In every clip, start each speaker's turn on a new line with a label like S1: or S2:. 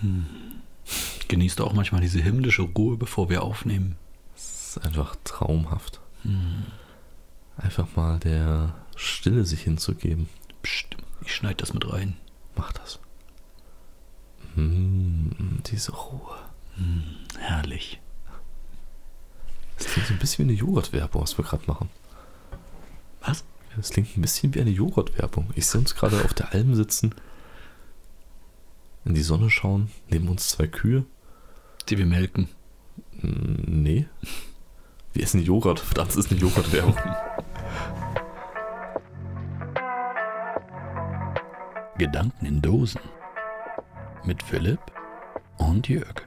S1: Hm. Genießt du auch manchmal diese himmlische Ruhe, bevor wir aufnehmen?
S2: Das ist einfach traumhaft. Hm. Einfach mal der Stille sich hinzugeben.
S1: Psst, ich schneide das mit rein.
S2: Mach das. Hm, diese Ruhe.
S1: Hm, herrlich.
S2: Das klingt so ein bisschen wie eine Joghurtwerbung, was wir gerade machen.
S1: Was?
S2: Das klingt ein bisschen wie eine Joghurtwerbung. Ich sehe uns gerade auf der Alm sitzen, in die Sonne schauen, neben uns zwei Kühe.
S1: Die wir melken.
S2: Mm, Nee. Wir essen Joghurt. Verdammt, es ist eine Joghurtwerbung.
S1: Gedanken in Dosen. Mit Philipp und Jörg.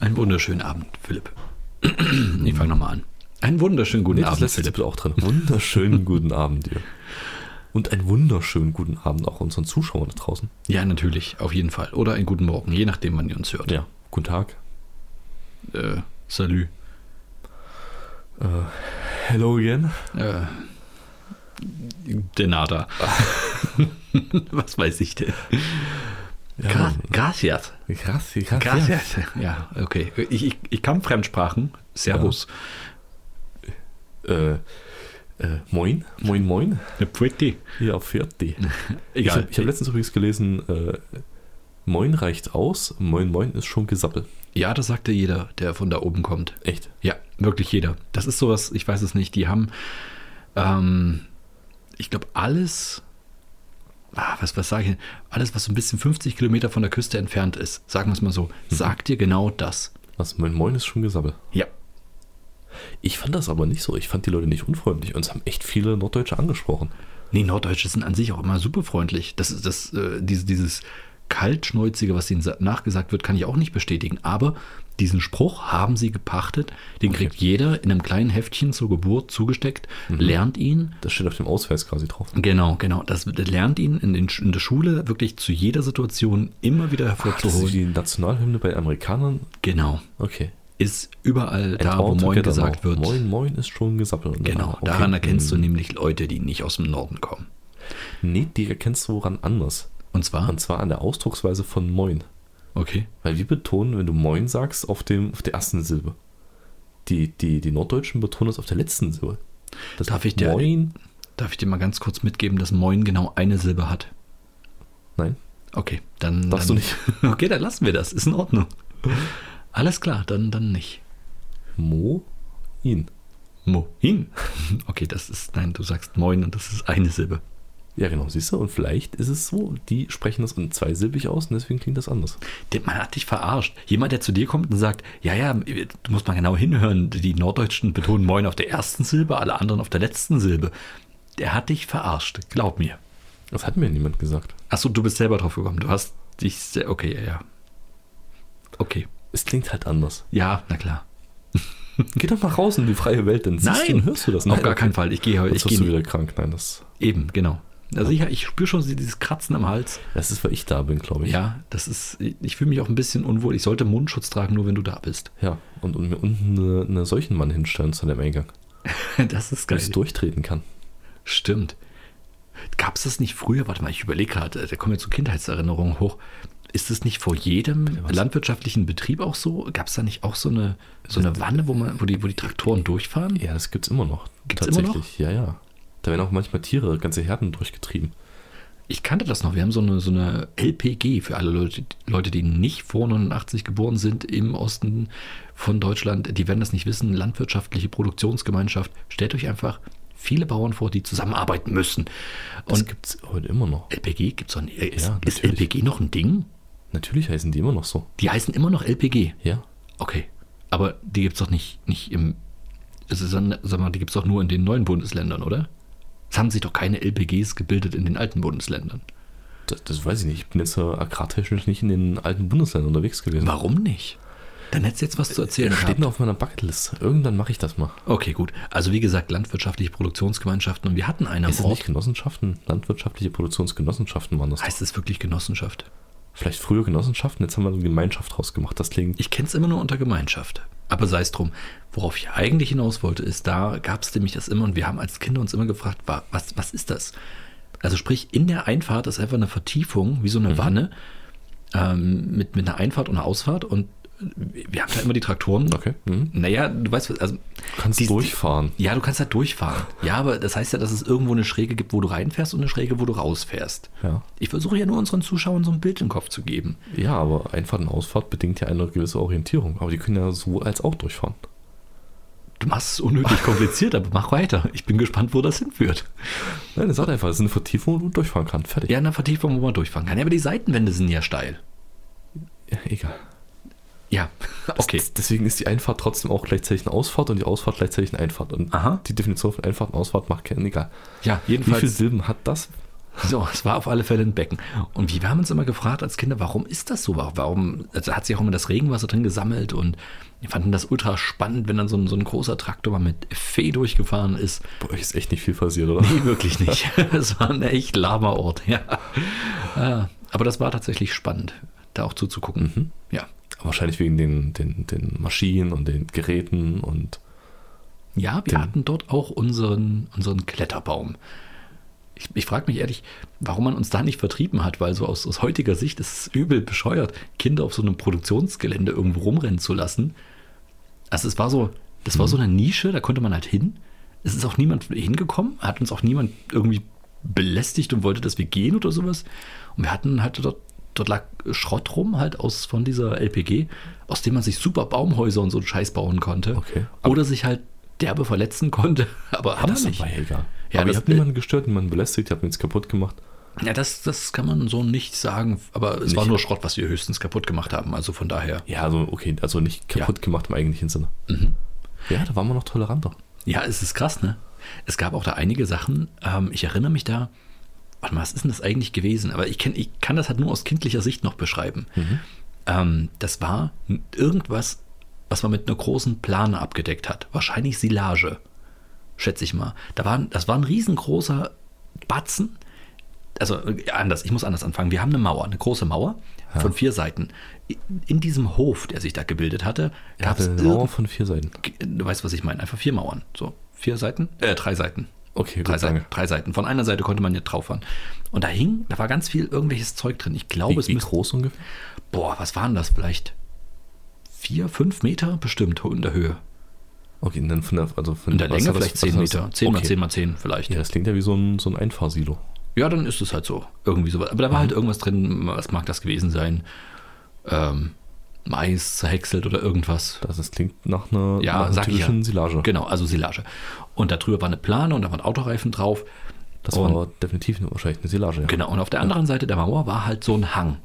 S1: Einen wunderschönen Abend, Philipp. Ich fange nochmal an. Einen wunderschönen guten
S2: Nee, das
S1: Abend,
S2: lässt
S1: Philipp.
S2: Philipp auch drin. Wunderschönen guten Abend dir. Und einen wunderschönen guten Abend auch unseren Zuschauern da draußen.
S1: Ja, natürlich, auf jeden Fall. Oder einen guten Morgen, je nachdem, wann ihr uns hört.
S2: Ja, guten Tag.
S1: Äh, salut.
S2: Hello again.
S1: Äh, de nada. Was weiß ich denn? Gra- Gracias.
S2: Krass, krass.
S1: Gracias. Ja, okay. Ich, ich, ich kann Fremdsprachen. Servus.
S2: Äh, äh, moin, moin, moin.
S1: Ja. Pretty.
S2: Ja, 40. Ich
S1: Egal.
S2: habe ich hab letztens übrigens gelesen, äh, moin reicht aus, moin, moin ist schon gesappel.
S1: ja, das sagte jeder, der von da oben kommt.
S2: Echt.
S1: Ja, wirklich jeder. Das ist sowas, ich weiß es nicht, die haben, ähm, ich glaube, alles, ah, was, was sage ich, denn? alles, was so ein bisschen 50 Kilometer von der Küste entfernt ist, sagen wir es mal so, sagt dir genau das.
S2: Was, moin, moin ist schon gesappel.
S1: Ja.
S2: Ich fand das aber nicht so. Ich fand die Leute nicht unfreundlich. Uns haben echt viele Norddeutsche angesprochen.
S1: Nee, Norddeutsche sind an sich auch immer super freundlich. Das ist das, äh, diese, dieses Kaltschnäuzige, was ihnen sa- nachgesagt wird, kann ich auch nicht bestätigen. Aber diesen Spruch haben sie gepachtet. Den kriegt jeder in einem kleinen Heftchen zur Geburt zugesteckt, lernt ihn.
S2: Das steht auf dem Ausweis quasi drauf.
S1: Genau, genau. Das, das lernt ihn in, den, Sch- in der Schule wirklich zu jeder Situation immer wieder
S2: Das ist
S1: hervorzuholen.
S2: die Nationalhymne bei Amerikanern.
S1: genau.
S2: Okay.
S1: Ist überall da, wo
S2: All
S1: Moin
S2: together
S1: gesagt
S2: now.
S1: wird.
S2: Moin, moin ist schon gesappel.
S1: Genau.
S2: Okay. Hm.
S1: Daran erkennst du nämlich Leute, die nicht aus dem Norden kommen.
S2: Nee, die erkennst du woran anders.
S1: Und zwar,
S2: Und zwar an der Ausdrucksweise von moin.
S1: okay.
S2: Weil wir betonen, wenn du Moin sagst, auf, dem, auf der ersten Silbe. Die, die, die Norddeutschen betonen es auf der letzten Silbe. Das
S1: Darf ich dir-
S2: Moin?
S1: Darf ich dir mal ganz kurz mitgeben, dass Moin genau eine Silbe hat?
S2: Nein,
S1: Okay, dann.
S2: darfst
S1: dann,
S2: du nicht.
S1: Okay, dann lassen wir das. Ist in Ordnung. Alles klar, dann, dann nicht.
S2: Mo? In.
S1: Moin. Okay, das ist. Nein, du sagst Moin und das ist eine Silbe.
S2: Ja, genau, siehst du? Und vielleicht ist es so, die sprechen das in zweisilbig aus und deswegen klingt das anders.
S1: Der- Man hat dich verarscht. Jemand, der zu dir kommt und sagt: Ja, ja, du musst mal genau hinhören. Die Norddeutschen betonen Moin auf der ersten Silbe, alle anderen auf der letzten Silbe. Der hat dich verarscht. Glaub mir.
S2: Das hat mir niemand gesagt.
S1: Achso, du bist selber drauf gekommen. Du hast dich. Sehr, okay, ja, ja. Okay.
S2: Es klingt halt anders.
S1: Ja, na klar.
S2: Geh doch mal raus in die freie Welt, dann siehst du
S1: Nein.
S2: und hörst du das.
S1: Auf gar keinen Fall. Ich gehe heute.
S2: Jetzt
S1: Ich
S2: wirst du
S1: gehe
S2: wieder krank. Nein, das,
S1: eben, genau. Also ich, ich spüre schon dieses Kratzen am Hals.
S2: das ist, weil ich da bin, glaube ich.
S1: Ja, das ist. Ich fühle mich auch ein bisschen unwohl. Ich sollte Mundschutz tragen, nur wenn du da bist.
S2: Ja, und, und mir unten eine, eine Seuchenmann hinstellen zu dem Eingang,
S1: Das ist
S2: wo
S1: geil.
S2: ich durchtreten kann.
S1: Stimmt. Gab es das nicht früher? Warte mal, ich überlege gerade. Da kommen jetzt so Kindheitserinnerungen hoch. Ist das nicht vor jedem landwirtschaftlichen Betrieb auch so? Gab es da nicht auch so eine, so eine Wanne, wo, man, wo, die, wo die Traktoren durchfahren?
S2: Äh, Ja, das gibt's immer noch.
S1: Gibt's immer noch?
S2: ja, ja. Da werden auch manchmal Tiere, ganze Herden durchgetrieben.
S1: Ich kannte das noch. Wir haben so eine, so eine LPG für alle Leute, Leute, die nicht vor 89 geboren sind im Osten von Deutschland. Die werden das nicht wissen. Landwirtschaftliche Produktionsgemeinschaft. Stellt euch einfach viele Bauern vor, die zusammenarbeiten müssen.
S2: Das
S1: Und
S2: gibt's heute immer noch.
S1: LPG gibt es noch nicht. Äh, Ist,
S2: Ja,
S1: ist
S2: natürlich.
S1: LPG noch ein Ding?
S2: Natürlich heißen die immer noch so.
S1: Die heißen immer noch LPG.
S2: Ja.
S1: Okay. Aber die gibt es doch nicht, nicht im. Es ist dann, sag mal, die gibt es doch nur in den neuen Bundesländern, oder? Es haben sich doch keine LPGs gebildet in den alten Bundesländern.
S2: Das, das weiß ich nicht. Ich bin jetzt äh, agrartechnisch nicht in den alten Bundesländern unterwegs gewesen.
S1: Warum nicht? Dann hättest du jetzt was zu erzählen.
S2: Steht
S1: gehabt.
S2: noch auf meiner Bucketlist. Irgendwann mache ich das mal.
S1: Okay, gut. Also wie gesagt, landwirtschaftliche Produktionsgemeinschaften und wir hatten eine
S2: Ist
S1: am
S2: das nicht
S1: Ort.
S2: Genossenschaften? Landwirtschaftliche Produktionsgenossenschaften waren das. doch.
S1: Heißt es wirklich Genossenschaft?
S2: Vielleicht früher Genossenschaften, jetzt haben wir eine Gemeinschaft draus gemacht. Das klingt.
S1: Ich kenne es immer nur unter Gemeinschaft. Aber sei es drum. Worauf ich eigentlich hinaus wollte, ist, da gab es nämlich das immer und wir haben als Kinder uns immer gefragt, wa- was, was ist das? Also sprich, in der Einfahrt ist einfach eine Vertiefung, wie so
S2: Mhm.
S1: eine Wanne, ähm, mit, mit einer Einfahrt und einer Ausfahrt und wir haben da immer die Traktoren.
S2: Okay. Mhm.
S1: Naja, du weißt, also
S2: Du kannst
S1: die-
S2: durchfahren.
S1: ja, du kannst halt durchfahren. Ja, aber das heißt ja, dass es irgendwo eine Schräge gibt, wo du reinfährst und eine Schräge, wo du rausfährst.
S2: Ja.
S1: Ich versuche ja nur unseren Zuschauern so ein Bild im Kopf zu geben.
S2: ja, aber Einfahrt und Ausfahrt bedingt ja eine gewisse Orientierung. Aber die können ja so als auch durchfahren.
S1: Du machst es unnötig kompliziert, aber mach weiter. Ich bin gespannt, wo das hinführt.
S2: Nein, das sagt einfach, es ist eine Vertiefung, wo du durchfahren kannst. Fertig.
S1: Ja, in der Vertiefung, wo man durchfahren kann. Ja, aber die Seitenwände sind ja steil.
S2: Egal.
S1: Ja, okay.
S2: Das, deswegen ist die Einfahrt trotzdem auch gleichzeitig eine Ausfahrt und die Ausfahrt gleichzeitig eine Einfahrt. Und
S1: Aha.
S2: die Definition von Einfahrt und Ausfahrt macht keinen, egal.
S1: Ja,
S2: Wie viele
S1: jedenfalls.
S2: Silben hat das?
S1: So, es war auf alle Fälle ein Becken. Und wir haben uns immer gefragt als Kinder, warum ist das so? Warum also hat sich auch immer das Regenwasser drin gesammelt? Und wir fanden das ultra spannend, wenn dann so ein, so ein großer Traktor mal mit Fee durchgefahren ist.
S2: Bei euch ist echt nicht viel passiert, oder?
S1: Nee, wirklich nicht. Es war ein echt laber Ort, ja. Ah, Aber das war tatsächlich spannend, da auch zuzugucken. Ja.
S2: Wahrscheinlich wegen den, den, den Maschinen und den Geräten und
S1: Ja, wir
S2: Den-
S1: hatten dort auch unseren, unseren Kletterbaum. Ich, ich frage mich ehrlich, warum man uns da nicht vertrieben hat, weil so aus, aus heutiger Sicht ist es übel bescheuert, Kinder auf so einem Produktionsgelände irgendwo rumrennen zu lassen. Also es war so, das war so eine Nische, da konnte man halt hin. Es ist auch niemand hingekommen, hat uns auch niemand irgendwie belästigt und wollte, dass wir gehen oder sowas. Und wir hatten halt dort, dort lag Schrott rum, halt aus von dieser LPG, aus dem man sich super Baumhäuser und so einen Scheiß bauen konnte.
S2: Okay.
S1: Oder sich halt derbe verletzen konnte. Aber haben wir
S2: ist
S1: nicht.
S2: dabei egal.
S1: Ja,
S2: Aber ihr
S1: das-
S2: habt niemanden gestört, niemanden belästigt, ihr habt nichts kaputt gemacht.
S1: Ja, das, das kann man so nicht sagen. Aber es war nur Schrott, was wir höchstens kaputt gemacht haben. Also von daher.
S2: Ja, also okay, also nicht kaputt gemacht im eigentlichen Sinne. Mhm. Ja, da waren wir noch toleranter.
S1: Ja, es ist krass, ne? Es gab auch da einige Sachen. Ähm, ich erinnere mich da, warte mal, was ist denn das eigentlich gewesen? Aber ich, kenn, ich kann das halt nur aus kindlicher Sicht noch beschreiben.
S2: Mhm.
S1: Ähm, das war irgendwas, was man mit einer großen Plane abgedeckt hat. Wahrscheinlich Silage, schätze ich mal. Da waren, das war ein riesengroßer Batzen. Also äh, anders, ich muss anders anfangen. Wir haben eine Mauer, eine große Mauer von vier Seiten. In, in diesem Hof, der sich da gebildet hatte,
S2: Er
S1: gab es
S2: hatte eine Mauer von vier Seiten.
S1: du weißt, was ich meine, einfach vier Mauern. So, vier Seiten, äh, drei Seiten.
S2: Okay,
S1: Drei
S2: gut,
S1: Seiten,
S2: danke.
S1: drei Seiten. Von einer Seite konnte man jetzt drauf fahren. Und da hing, da war ganz viel irgendwelches Zeug drin. Ich glaube,
S2: Wie,
S1: es
S2: wie
S1: müsste,
S2: groß ungefähr?
S1: boah, was waren das vielleicht? Vier, fünf Meter bestimmt in der Höhe.
S2: Okay, und dann von der, also von
S1: In der
S2: was
S1: Länge
S2: hat das-
S1: vielleicht
S2: was
S1: zehn
S2: hat das-
S1: Meter. Zehn mal
S2: okay.
S1: zehn mal zehn vielleicht.
S2: Ja, das klingt ja wie so ein, so ein Einfahrsilo.
S1: Ja, dann ist es halt so. Irgendwie sowas. Aber da
S2: Mhm.
S1: war halt irgendwas drin, was mag das gewesen sein? Ähm, Mais zerhäckselt oder irgendwas.
S2: Das, das klingt nach einer, nach
S1: Ja,
S2: einer
S1: sag ich ja.
S2: typischen Silage.
S1: Genau, also Silage. Und da drüber war eine Plane und da waren Autoreifen drauf.
S2: Das
S1: Und-
S2: war definitiv eine, wahrscheinlich eine Silage. Ja.
S1: Genau, und auf der anderen Seite der Mauer war halt so ein Hang.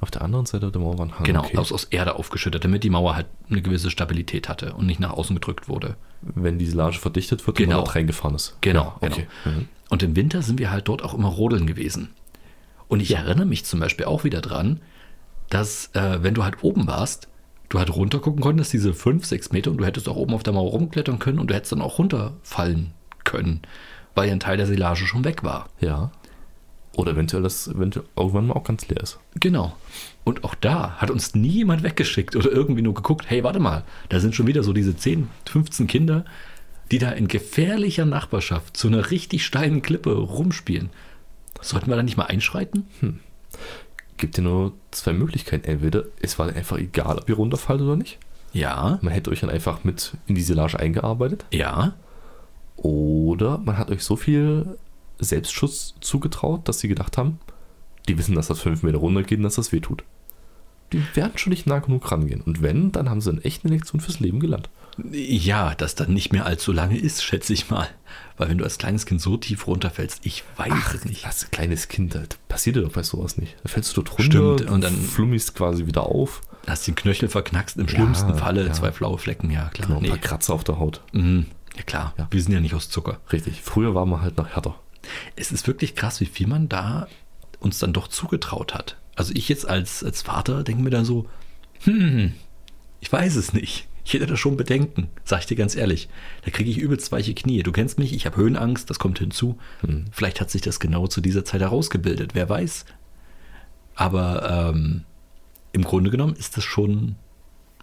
S2: Auf der anderen Seite der Mauer war ein Hang.
S1: Genau,
S2: okay.
S1: aus, aus Erde aufgeschüttet, damit die Mauer halt eine gewisse Stabilität hatte und nicht nach außen gedrückt wurde.
S2: Wenn die Silage verdichtet wird und
S1: Genau.
S2: man dort reingefahren ist.
S1: Genau,
S2: Ja, okay.
S1: genau.
S2: Mhm.
S1: Und im Winter sind wir halt dort auch immer rodeln gewesen. Und ich erinnere mich zum Beispiel auch wieder dran, dass äh, wenn du halt oben warst, du halt runtergucken konntest, diese fünf, sechs Meter, und du hättest auch oben auf der Mauer rumklettern können und du hättest dann auch runterfallen können, weil ja ein Teil der Silage schon weg war.
S2: Ja. Oder eventuell, dass eventuell irgendwann mal auch ganz leer ist.
S1: Genau. Und auch da hat uns nie jemand weggeschickt oder irgendwie nur geguckt, hey, warte mal, da sind schon wieder so diese 10, 15 Kinder, die da in gefährlicher Nachbarschaft zu einer richtig steilen Klippe rumspielen. Sollten wir da nicht mal einschreiten?
S2: Gibt ja nur zwei Möglichkeiten. Entweder es war einfach egal, ob ihr runterfallt oder nicht.
S1: Ja.
S2: Man hätte euch dann einfach mit in die Silage eingearbeitet.
S1: Ja.
S2: Oder man hat euch so viel Selbstschutz zugetraut, dass sie gedacht haben, die wissen, dass das 5 Meter runtergeht und dass das wehtut. Die werden schon nicht nah genug rangehen. Und wenn, dann haben sie eine echte Lektion fürs Leben gelernt.
S1: Ja, das dann nicht mehr allzu lange ist, schätze ich mal. Weil wenn du als kleines Kind so tief runterfällst, ich weiß es nicht.
S2: Das kleines Kind, halt, passiert dir doch bei sowas nicht. Da fällst du dort runter
S1: Stimmt, und dann- Ah,
S2: flummigst quasi wieder auf.
S1: Hast den Knöchel verknackst, im schlimmsten Falle
S2: ja.
S1: zwei blaue Flecken, ja klar.
S2: Genau, ein
S1: nee.
S2: paar Kratzer auf der Haut.
S1: Mhm. Ja klar, wir sind ja nicht aus Zucker.
S2: Richtig. Früher war man halt noch härter.
S1: Es ist wirklich krass, wie viel man da uns dann doch zugetraut hat. Also ich jetzt als, als Vater denke mir da so, hm, ich weiß es nicht. Ich hätte da schon Bedenken, sag ich dir ganz ehrlich. Da kriege ich übelst weiche Knie. Du kennst mich, ich habe Höhenangst, das kommt hinzu. Vielleicht hat sich das genau zu dieser Zeit herausgebildet, wer weiß. Aber ähm, im Grunde genommen ist das schon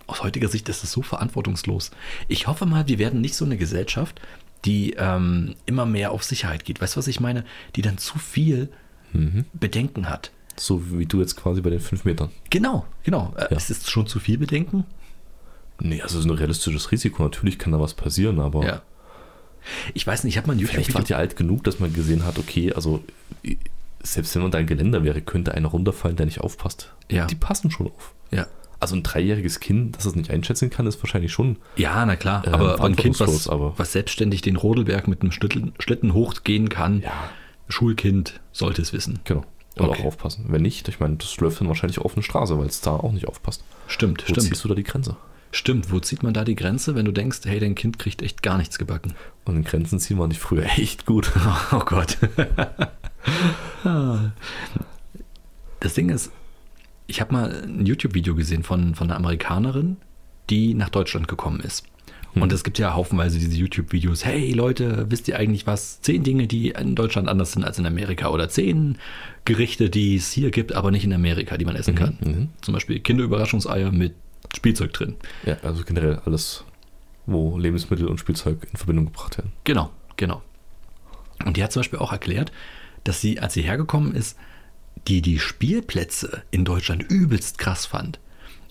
S1: aus heutiger Sicht ist das so verantwortungslos. Ich hoffe mal, wir werden nicht so eine Gesellschaft, die ähm, immer mehr auf Sicherheit geht. Weißt du, was ich meine? Die dann zu viel
S2: Mhm.
S1: Bedenken hat.
S2: So wie du jetzt quasi bei den 5 Metern.
S1: Genau, genau. Äh,
S2: Ja.
S1: Ist es schon zu viel Bedenken?
S2: Nee, also so ein realistisches Risiko. Natürlich kann da was passieren, aber
S1: Ich weiß nicht, ich habe mal ein
S2: vielleicht
S1: YouTube-Video
S2: wart ihr alt genug, dass man gesehen hat, okay, also äh, selbst wenn man da ein Geländer wäre, könnte einer runterfallen, der nicht aufpasst.
S1: Ja.
S2: Die passen schon auf.
S1: Ja.
S2: Also ein dreijähriges Kind, das das nicht einschätzen kann, ist wahrscheinlich schon.
S1: ja, na klar.
S2: Ähm,
S1: aber aber ein Kind, was,
S2: verantwortungslos, aber-
S1: was selbstständig den Rodelberg mit einem Schlitten, Schlitten hochgehen kann,
S2: Ja.
S1: Schulkind sollte es wissen.
S2: Genau. Und
S1: Okay.
S2: auch aufpassen. Wenn nicht, ich meine, das läuft dann wahrscheinlich auf offene Straße, weil es da auch nicht aufpasst.
S1: Stimmt,
S2: Wo
S1: stimmt.
S2: ziehst du da die Grenze?
S1: Stimmt, wo zieht man da die Grenze, wenn du denkst, hey, dein Kind kriegt echt gar nichts gebacken?
S2: Und Grenzen ziehen waren die früher echt gut.
S1: Oh Gott. Ah. das Ding ist, ich habe mal ein YouTube-Video gesehen von, von einer Amerikanerin, die nach Deutschland gekommen ist. Und es gibt ja haufenweise diese YouTube-Videos. Hey Leute, wisst ihr eigentlich was? Zehn Dinge, die in Deutschland anders sind als in Amerika. Oder zehn Gerichte, die es hier gibt, aber nicht in Amerika, die man essen kann.
S2: Mhm.
S1: Zum Beispiel Kinderüberraschungseier mit Spielzeug drin.
S2: Ja, also generell alles, wo Lebensmittel und Spielzeug in Verbindung gebracht werden.
S1: Genau, genau. Und die hat zum Beispiel auch erklärt, dass sie, als sie hergekommen ist, die die Spielplätze in Deutschland übelst krass fand.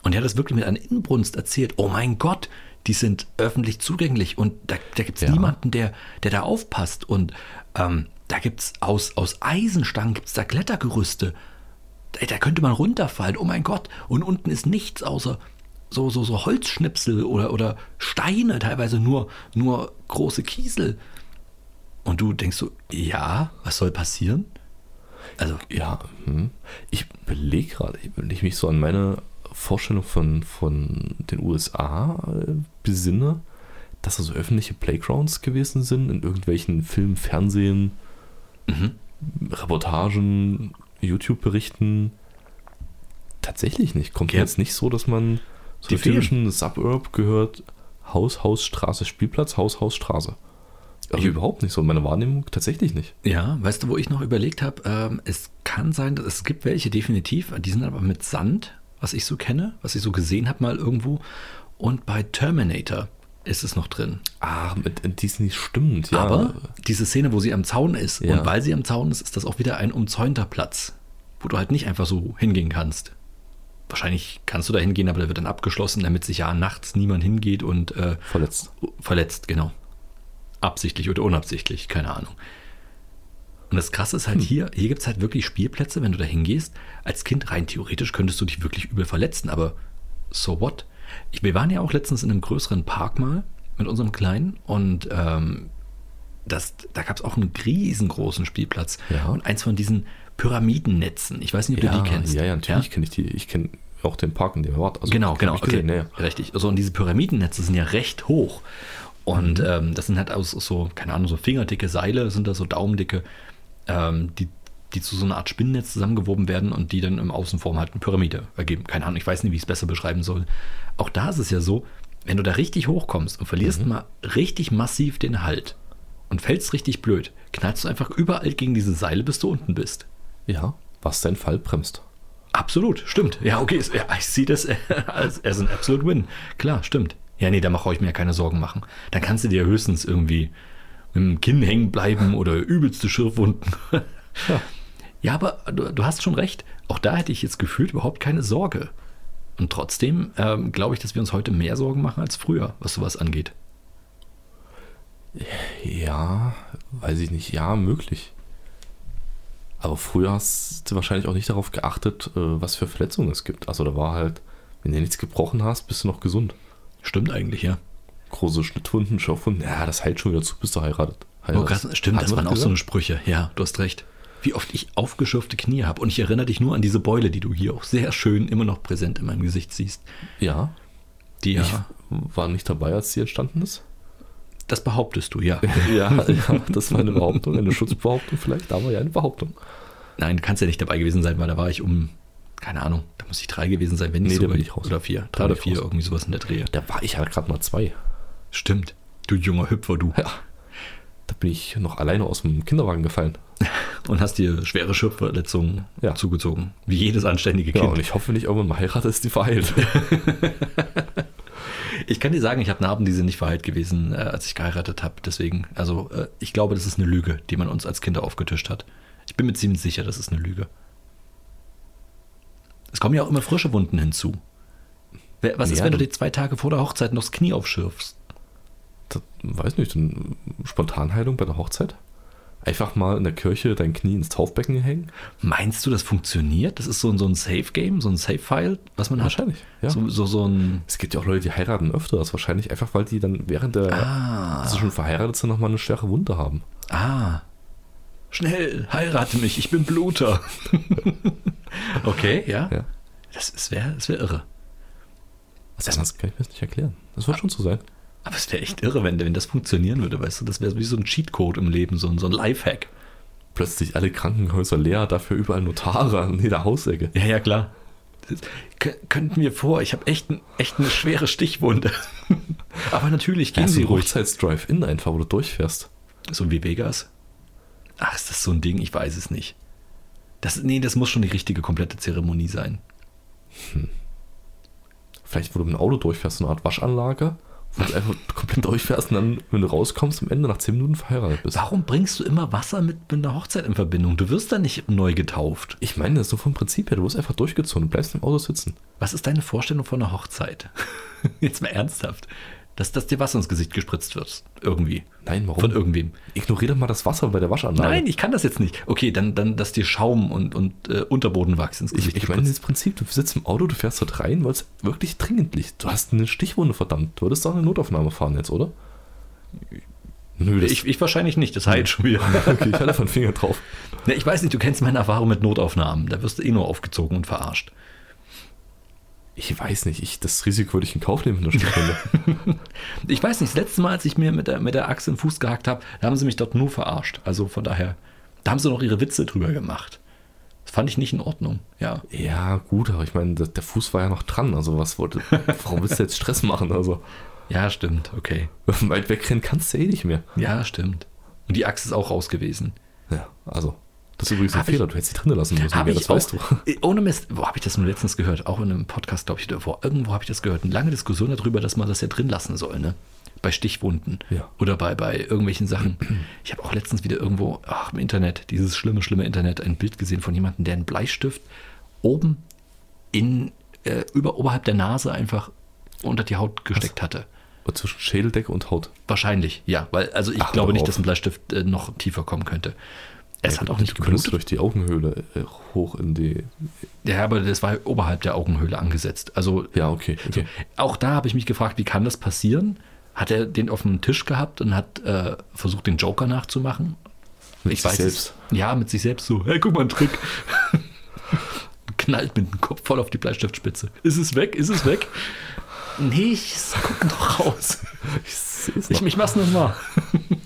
S1: Und die hat das wirklich mit einer Inbrunst erzählt. Oh mein Gott, die sind öffentlich zugänglich und da, da gibt es
S2: Ja.
S1: niemanden, der, der da aufpasst. Und ähm, da gibt es aus, aus Eisenstangen gibt's da Klettergerüste. Da, da könnte man runterfallen. Oh mein Gott. Und unten ist nichts außer so, so, so Holzschnipsel oder, oder Steine, teilweise nur, nur große Kiesel. Und du denkst so, ja, was soll passieren? Also,
S2: Ja, hm. ich belege gerade, wenn ich mich so an meine Vorstellung von, von den USA äh, besinne, dass da so öffentliche Playgrounds gewesen sind in irgendwelchen Filmen, Fernsehen, Mhm. Reportagen, YouTube-Berichten. Tatsächlich nicht. Kommt mir
S1: Ja.
S2: jetzt nicht so, dass man so
S1: Die
S2: den typischen Suburb gehört, Haus, Haus, Straße, Spielplatz, Haus, Haus, Straße. Also
S1: Ich-
S2: überhaupt nicht so. In meiner Wahrnehmung tatsächlich nicht.
S1: ja, weißt du, wo ich noch überlegt habe, ähm, es kann sein, dass es gibt welche definitiv, die sind aber mit Sand, was ich so kenne, was ich so gesehen habe mal irgendwo. Und bei Terminator ist es noch drin.
S2: Ah, mit in Disney stimmt, ja.
S1: Aber diese Szene, wo sie am Zaun ist,
S2: Ah. Ja.
S1: und weil sie am Zaun ist, ist das auch wieder ein umzäunter Platz, wo du halt nicht einfach so hingehen kannst. Wahrscheinlich kannst du da hingehen, aber der wird dann abgeschlossen, damit sich ja nachts niemand hingeht und äh,
S2: verletzt.
S1: verletzt, genau. Absichtlich oder unabsichtlich, keine Ahnung. Und das Krasse ist halt
S2: Hm.
S1: hier, hier gibt es halt wirklich Spielplätze, wenn du da hingehst. Als Kind rein theoretisch könntest du dich wirklich übel verletzen, aber so what? Ich, wir waren ja auch letztens in einem größeren Park mal mit unserem Kleinen und ähm, das, da gab es auch einen riesengroßen Spielplatz
S2: Ja.
S1: und eins von diesen Pyramidennetzen. Ich weiß nicht, ob
S2: ja,
S1: du die kennst.
S2: Ja, ja, natürlich kenne ich die. Ich kenne auch den Park, in dem er war. Also,
S1: Genau,
S2: hab
S1: genau.
S2: ich Gesehen,
S1: okay.
S2: ja, ja.
S1: Richtig. Also, und diese Pyramidennetze sind ja recht hoch. Und
S2: Mhm.
S1: ähm, das sind halt aus aus so, keine Ahnung, so fingerdicke Seile, sind da so daumendicke, ähm, die, die zu so einer Art Spinnennetz zusammengewoben werden und die dann im Außenform halt eine Pyramide ergeben. Keine Ahnung, ich weiß nicht, wie ich es besser beschreiben soll. Auch da ist es ja so, wenn du da richtig hochkommst und verlierst
S2: Mhm.
S1: mal richtig massiv den Halt und fällst richtig blöd, knallst du einfach überall gegen diese Seile, bis du unten bist.
S2: ja, was dein Fall bremst.
S1: Absolut, stimmt. Ja, okay, ist- ja, ich sehe das als, als ein absolute Win. Klar, stimmt. Ja, nee, da mache ich mir ja keine Sorgen machen. Dann kannst du dir höchstens irgendwie mit dem Kinn hängen bleiben oder übelste Schürfwunden.
S2: Ja.
S1: Ja, aber du, du hast schon recht. Auch da hätte ich jetzt gefühlt überhaupt keine Sorge. Und trotzdem ähm, glaube ich, dass wir uns heute mehr Sorgen machen als früher, was sowas angeht.
S2: Ja, weiß ich nicht. Ja, möglich. Aber früher hast du wahrscheinlich auch nicht darauf geachtet, äh, was für Verletzungen es gibt. Also da war halt, wenn du nichts gebrochen hast, bist du noch gesund.
S1: Stimmt eigentlich, ja.
S2: Große Schnittwunden, Schürfwunden, ja, das heilt schon wieder zu, bist du heiratet.
S1: Oh, krass, stimmt, das
S2: Hatten wir
S1: waren auch so
S2: gesagt?
S1: eine Sprüche. Ja, du hast recht. Wie oft ich aufgeschürfte Knie habe. Und ich erinnere dich nur an diese Beule, die du hier auch sehr schön immer noch präsent in meinem Gesicht siehst.
S2: Ja,
S1: Die ja,
S2: ich war nicht dabei, als sie entstanden ist.
S1: das behauptest du, ja.
S2: Ja, ja, das war eine Behauptung, eine Schutzbehauptung vielleicht, aber ja, eine Behauptung.
S1: Nein, du kannst ja nicht dabei gewesen sein, weil da war ich um, keine Ahnung, da muss ich drei gewesen sein, wenn nicht
S2: Nee, da
S1: sogar
S2: bin ich raus.
S1: Oder vier,
S2: bin
S1: drei oder
S2: ich
S1: vier,
S2: raus.
S1: irgendwie
S2: halt
S1: sowas in der Drehe.
S2: Da war ich ja gerade mal zwei.
S1: Stimmt. Du junger Hüpfer, du.
S2: Ja. Da bin ich noch alleine aus dem Kinderwagen gefallen.
S1: Und hast dir schwere Schürfverletzungen
S2: Ja.
S1: zugezogen. Wie jedes anständige
S2: Genau,
S1: Kind.
S2: und ich hoffe nicht, irgendwann mal heiratet ist die verheilt.
S1: Ich kann dir sagen, ich habe Narben, die sind nicht verheilt gewesen, äh, als ich geheiratet habe. Deswegen, also äh, ich glaube, das ist eine Lüge, die man uns als Kinder aufgetischt hat. Ich bin mir ziemlich sicher, das ist eine Lüge. Es kommen ja auch immer frische Wunden hinzu. Wer- Was ist,
S2: Ja,
S1: wenn du
S2: du-
S1: dir zwei Tage vor der Hochzeit noch das Knie aufschürfst?
S2: Das, weiß nicht, dann Spontanheilung bei der Hochzeit? Einfach mal in der Kirche dein Knie ins Taufbecken hängen?
S1: Meinst du, das funktioniert? Das ist so, ein- so ein Safe-Game, so ein Safe-File, was man hat?
S2: Wahrscheinlich, ja.
S1: So, so, so ein.
S2: Es gibt ja auch Leute, die heiraten öfter. Das ist wahrscheinlich einfach, weil die dann während der, dass sie schon verheiratet sind, nochmal eine schwere Wunde haben.
S1: Ah. Schnell, heirate mich, ich bin Bluter. okay, ja.
S2: Ja.
S1: Das, das wäre das wär irre.
S2: Also anders kann ich mir das Ah. nicht erklären. Das wird schon so sein.
S1: Aber es wäre echt irre, wenn, wenn das funktionieren würde, weißt du? Das wäre wie so ein Cheatcode im Leben, so ein, so ein Lifehack.
S2: Plötzlich alle Krankenhäuser leer, dafür überall Notare an jeder Hausecke.
S1: Ja, ja, klar. Das, kö- könnt mir vor, ich habe echt, ein- echt eine schwere Stichwunde. Aber natürlich gehen
S2: Ja, so
S1: sie
S2: ein
S1: ruhig.
S2: Hochzeits-Drive-In einfach, wo du durchfährst.
S1: So wie Vegas. Ach, ist das so ein Ding? Ich weiß es nicht. Das, nee, das muss schon die richtige, komplette Zeremonie sein.
S2: Vielleicht, wo du mit dem Auto durchfährst, so eine Art Waschanlage, wo du einfach komplett durchfährst und dann, wenn du rauskommst, am Ende nach 10 Minuten verheiratet bist.
S1: Warum bringst du immer Wasser mit, mit einer Hochzeit in Verbindung? Du wirst da nicht neu getauft.
S2: Ich meine, das ist so vom Prinzip her, du wirst einfach durchgezogen, du bleibst im Auto sitzen.
S1: Was ist deine Vorstellung von einer Hochzeit? Jetzt mal ernsthaft. Dass, dass dir Wasser ins Gesicht gespritzt wird. Irgendwie.
S2: Nein, warum?
S1: Von irgendwem.
S2: Ignoriere doch mal das Wasser bei der Waschanlage.
S1: Nein, ich kann das jetzt nicht. Okay, dann, dann dass dir Schaum und, und äh, Unterbodenwachs ins
S2: Ich,
S1: Gesicht
S2: ich meine,
S1: gespritzt
S2: dieses Prinzip, du sitzt im Auto, du fährst dort rein, weil es wirklich dringend liegt. Du hast eine Stichwunde, verdammt. Du würdest doch eine Notaufnahme fahren jetzt, oder? Nö,
S1: wird. Ich, ich wahrscheinlich nicht, das heilt schon wieder.
S2: okay, ich halte einfach einen Finger drauf.
S1: Ne, ich weiß nicht, du kennst meine Erfahrung mit Notaufnahmen. Da wirst du eh nur aufgezogen und verarscht.
S2: Ich weiß nicht, ich, das Risiko würde ich in Kauf nehmen mit einer Stichwunde.
S1: Ich weiß nicht, das letzte Mal, als ich mir mit der, mit der Axt in den Fuß gehackt habe, da haben sie mich dort nur verarscht. Also von daher, da haben sie noch ihre Witze drüber gemacht. Das fand ich nicht in Ordnung. Ja,
S2: ja, gut, aber ich meine, der, der Fuß war ja noch dran, also was wollte. Warum willst du jetzt Stress machen? Also,
S1: ja stimmt, okay.
S2: weit wegrennen kannst du eh nicht mehr.
S1: Ja, stimmt. Und die Axt ist auch raus gewesen.
S2: Ja, also. Das ist übrigens ein
S1: Hab ich-
S2: Fehler, du hättest sie drinnen lassen müssen,
S1: Hab
S2: ja,
S1: ich
S2: das weißt du.
S1: auch, Äh, Ohne Mist, wo habe ich das nur letztens gehört? Auch in einem Podcast, glaube ich, oder wo, irgendwo habe ich das gehört. Eine lange Diskussion darüber, dass man das ja drin lassen soll, ne? Bei Stichwunden
S2: Ja.
S1: oder bei, bei irgendwelchen Sachen. Ich habe auch letztens wieder irgendwo ach, im Internet, dieses schlimme, schlimme Internet, ein Bild gesehen von jemandem, der einen Bleistift oben in, äh, über, oberhalb der Nase einfach unter die Haut gesteckt hatte.
S2: Und zwischen Schädeldecke und Haut.
S1: Wahrscheinlich, ja. Weil, also ich
S2: Ach,
S1: glaube
S2: hör
S1: nicht,
S2: auf.
S1: dass ein Bleistift äh, noch tiefer kommen könnte. Es hat auch nicht
S2: Du könntest
S1: geblutet.
S2: durch die Augenhöhle äh, hoch in die.
S1: Ja, aber das war oberhalb der Augenhöhle angesetzt. Also
S2: Ja, okay, okay.
S1: auch da habe ich mich gefragt, wie kann das passieren? Hat er den auf dem Tisch gehabt und hat äh, versucht, den Joker nachzumachen?
S2: Mit
S1: ich
S2: sich
S1: weiß
S2: selbst.
S1: Es. Ja, mit sich selbst so. Hey, guck mal, ein Trick. Knallt mit dem Kopf voll auf die Bleistiftspitze. Ist es weg? Ist es weg? Nee, ich guck noch raus.
S2: Ich sehe es
S1: Ich, ich mach's nochmal.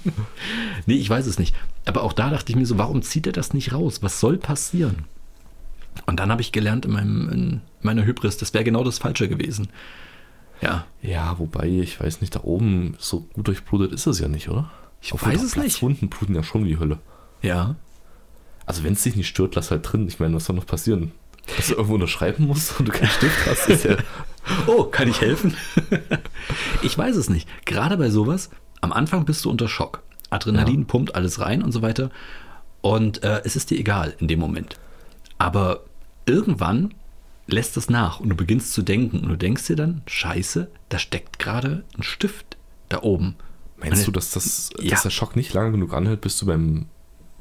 S1: nee, ich weiß es nicht. Aber auch da dachte ich mir so, warum zieht er das nicht raus? Was soll passieren? Und dann habe ich gelernt in, meinem, in meiner Hybris, das wäre genau das Falsche gewesen. Ja,
S2: Ja, wobei, ich weiß nicht, da oben so gut durchblutet ist es ja nicht, oder?
S1: Ich weiß es nicht.
S2: Wunden bluten ja schon wie Hölle.
S1: ja.
S2: Also wenn es dich nicht stört, lass halt drin. Ich meine, was soll noch passieren? Dass du irgendwo unterschreiben musst und du keinen Stift hast, ist ja...
S1: Oh, kann ich helfen? ich weiß es nicht. Gerade bei sowas, am Anfang bist du unter Schock. Adrenalin pumpt alles rein und so weiter. Und äh, es ist dir egal in dem Moment. Aber irgendwann lässt das nach und du beginnst zu denken. Und du denkst dir dann, scheiße, da steckt gerade ein Stift da oben.
S2: Meinst du,
S1: Und-
S2: dass, das,
S1: Ja.
S2: dass der Schock nicht lange genug anhält, bis du beim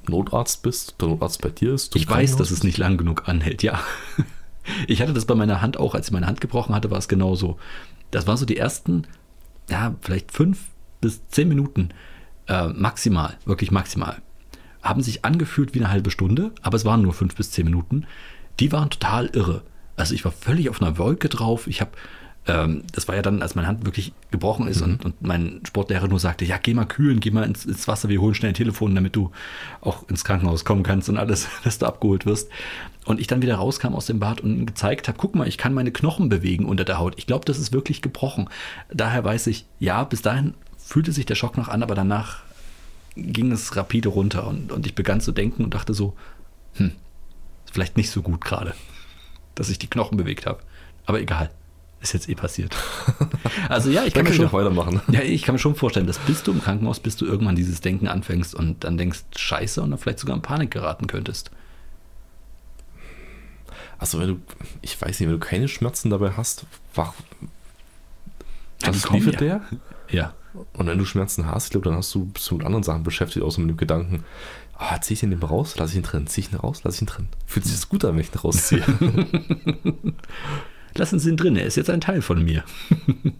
S2: Notarzt bist, der Notarzt bei dir ist? du im
S1: Ich weiß,
S2: Krankenhaus
S1: dass es
S2: bist?
S1: nicht lang genug anhält, ja. Ich hatte das bei meiner Hand auch, als ich meine Hand gebrochen hatte, war es genauso. Das war so die ersten, ja, vielleicht fünf bis zehn Minuten äh, maximal, wirklich maximal. Haben sich angefühlt wie eine halbe Stunde, aber es waren nur fünf bis zehn Minuten. Die waren total irre. Also ich war völlig auf einer Wolke drauf. Ich habe, ähm, das war ja dann, als meine Hand wirklich gebrochen ist und, und mein Sportlehrer nur sagte, ja, geh mal kühlen, geh mal ins, ins Wasser, wir holen schnell ein Telefon, damit du auch ins Krankenhaus kommen kannst und alles, dass du abgeholt wirst. Und ich dann wieder rauskam aus dem Bad und ihm gezeigt habe, guck mal, ich kann meine Knochen bewegen unter der Haut. Ich glaube, das ist wirklich gebrochen. Daher weiß ich, ja, bis dahin fühlte sich der Schock noch an, aber danach ging es rapide runter und, und ich begann zu denken und dachte so, hm, ist vielleicht nicht so gut gerade, dass ich die Knochen bewegt habe. Aber egal, ist jetzt eh passiert. Also ja, ich kann, mir
S2: Dann kann ich
S1: schon,
S2: noch weitermachen.
S1: ja, ich kann mir schon vorstellen, dass bis du im Krankenhaus, bis du irgendwann dieses Denken anfängst und dann denkst, scheiße, und dann vielleicht sogar in Panik geraten könntest.
S2: Also wenn du, ich weiß nicht, wenn du keine Schmerzen dabei hast, wach,
S1: Ja, die
S2: was
S1: kommen
S2: liefert
S1: ja.
S2: der?
S1: Ja,
S2: Und wenn du Schmerzen hast, ich glaube, dann hast du bist du mit anderen Sachen beschäftigt, außer mit dem Gedanken, ah, ziehe ich den eben raus, lasse ich ihn drin, ziehe ich ihn raus, lasse ich ihn drin. Fühlt sich das gut an, wenn ich ihn rausziehe.
S1: lassen Sie ihn drin, er ist jetzt ein Teil von mir.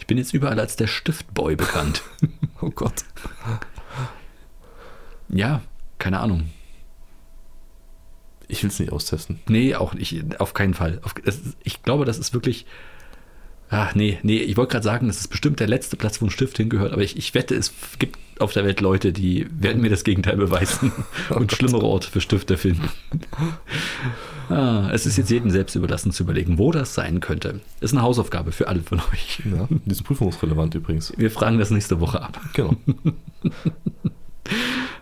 S1: Ich bin jetzt überall als der Stiftboy bekannt.
S2: oh Gott.
S1: Ja, keine Ahnung.
S2: Ich will es nicht austesten.
S1: Nee, auch nicht, auf keinen Fall. Auf, das ist, ich glaube, das ist wirklich. Ach nee, nee, ich wollte gerade sagen, das ist bestimmt der letzte Platz, wo ein Stift hingehört, aber ich, ich wette, es gibt auf der Welt Leute, die werden mir das Gegenteil beweisen und schlimmere Orte für Stifte finden. Ah, es ist jetzt jedem selbst überlassen zu überlegen, wo das sein könnte. Ist eine Hausaufgabe für alle von euch.
S2: Ja, die ist prüfungsrelevant übrigens.
S1: Wir fragen das nächste Woche ab.
S2: Genau.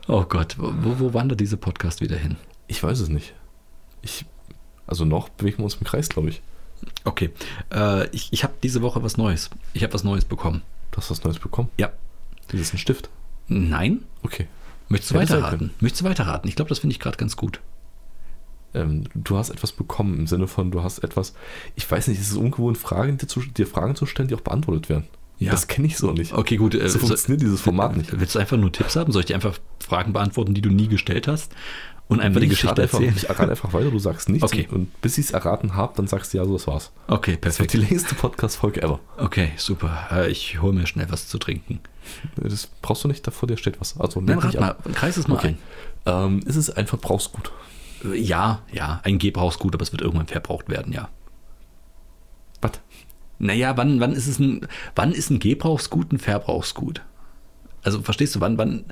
S1: Oh Gott, wo, wo wandert dieser Podcast wieder hin?
S2: Ich weiß es nicht. Ich, also noch bewegen wir uns im Kreis, glaube ich.
S1: Okay, äh, ich, ich habe diese Woche was Neues. Ich habe was Neues bekommen.
S2: Du hast was Neues bekommen.
S1: Ja.
S2: Das ist ein Stift.
S1: Nein?
S2: Okay.
S1: Möchtest du
S2: Hätte sein
S1: weiterraten? Möchtest du weiterraten? Ich glaube, das finde ich gerade ganz gut.
S2: Ähm, du hast etwas bekommen im Sinne von, du hast etwas. Ich weiß nicht, es ist ungewohnt, Fragen, dir, zu, dir Fragen zu stellen, die auch beantwortet werden.
S1: Ja.
S2: Das kenne ich so nicht.
S1: Okay, gut. Äh,
S2: So funktioniert dieses Format nicht.
S1: Willst du einfach nur Tipps haben? Soll ich dir einfach Fragen beantworten, die du nie gestellt hast? Und einfach die
S2: Ich
S1: Geschichte
S2: rate einfach,
S1: erzählen?
S2: ich rate einfach weiter, du sagst nichts.
S1: Okay.
S2: Und, und bis ich es erraten habe, dann sagst du ja, so, das war's.
S1: Okay,
S2: Das wird
S1: perfekt.
S2: die längste Podcast-Folge ever.
S1: Okay, super. Äh, ich hole mir schnell was zu trinken.
S2: Das brauchst du nicht, davor dir steht was. Also,
S1: Dann
S2: nimm
S1: rat
S2: dich
S1: mal,
S2: ab.
S1: kreis es mal
S2: Okay. Ähm, es ist ein Verbrauchsgut.
S1: ein. Äh, Ja, ja, ein Gebrauchsgut, aber es wird irgendwann verbraucht werden, ja.
S2: Was?
S1: Naja, wann, wann ist es ein, wann ist ein Gebrauchsgut ein Verbrauchsgut? Also verstehst du, wann, wann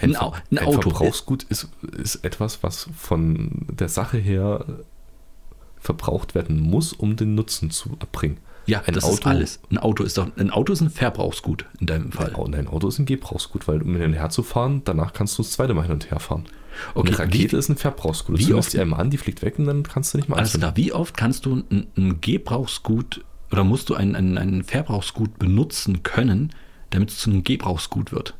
S1: ein, Au- ein
S2: ein
S1: Auto?
S2: Verbrauchsgut ist, ist etwas, was von der Sache her verbraucht werden muss, um den Nutzen zu erbringen.
S1: Ja,
S2: ein
S1: das ist
S2: Auto-
S1: alles. Ein Auto ist doch ein Auto ist ein Verbrauchsgut in deinem Fall.
S2: Au- Nein, Auto ist ein Gebrauchsgut, weil um hin und her zu fahren, danach kannst du das zweite Mal hin und her fahren.
S1: Okay,
S2: eine Rakete ist ein Verbrauchsgut.
S1: wie
S2: Du
S1: oft-
S2: lässt die einmal an, die fliegt weg und dann kannst du nicht mehr
S1: Alles
S2: anzünden.
S1: klar. Wie oft kannst du ein, ein Gebrauchsgut oder musst du ein, ein, ein Verbrauchsgut benutzen können, damit es zu einem Gebrauchsgut wird?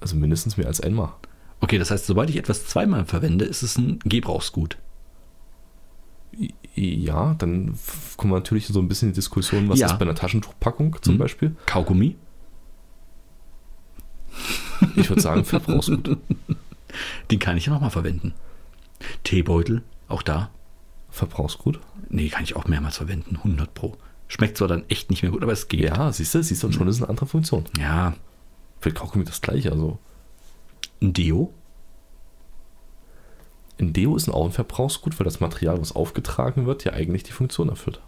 S2: Also mindestens mehr als einmal.
S1: Okay, das heißt, sobald ich etwas zweimal verwende, ist es ein Gebrauchsgut.
S2: I- Ja, dann f- kommen wir natürlich so ein bisschen in die Diskussion, was
S1: Ja. Hm.
S2: ist bei einer Taschentuchpackung zum Beispiel.
S1: Kaugummi?
S2: Ich würde sagen, Verbrauchsgut.
S1: Den kann ich ja nochmal verwenden. Teebeutel? Auch da?
S2: Verbrauchsgut?
S1: Nee, kann ich auch mehrmals verwenden. 100 pro. Schmeckt zwar dann echt nicht mehr gut, aber es geht.
S2: Ja, siehst du, siehst du, und
S1: Hm.
S2: schon ist eine andere Funktion.
S1: ja.
S2: Vielleicht Kaugummi das gleiche, also
S1: Ein Deo?
S2: Ein Deo ist ein Augenverbrauchsgut, weil das Material, was aufgetragen wird, ja eigentlich die Funktion erfüllt.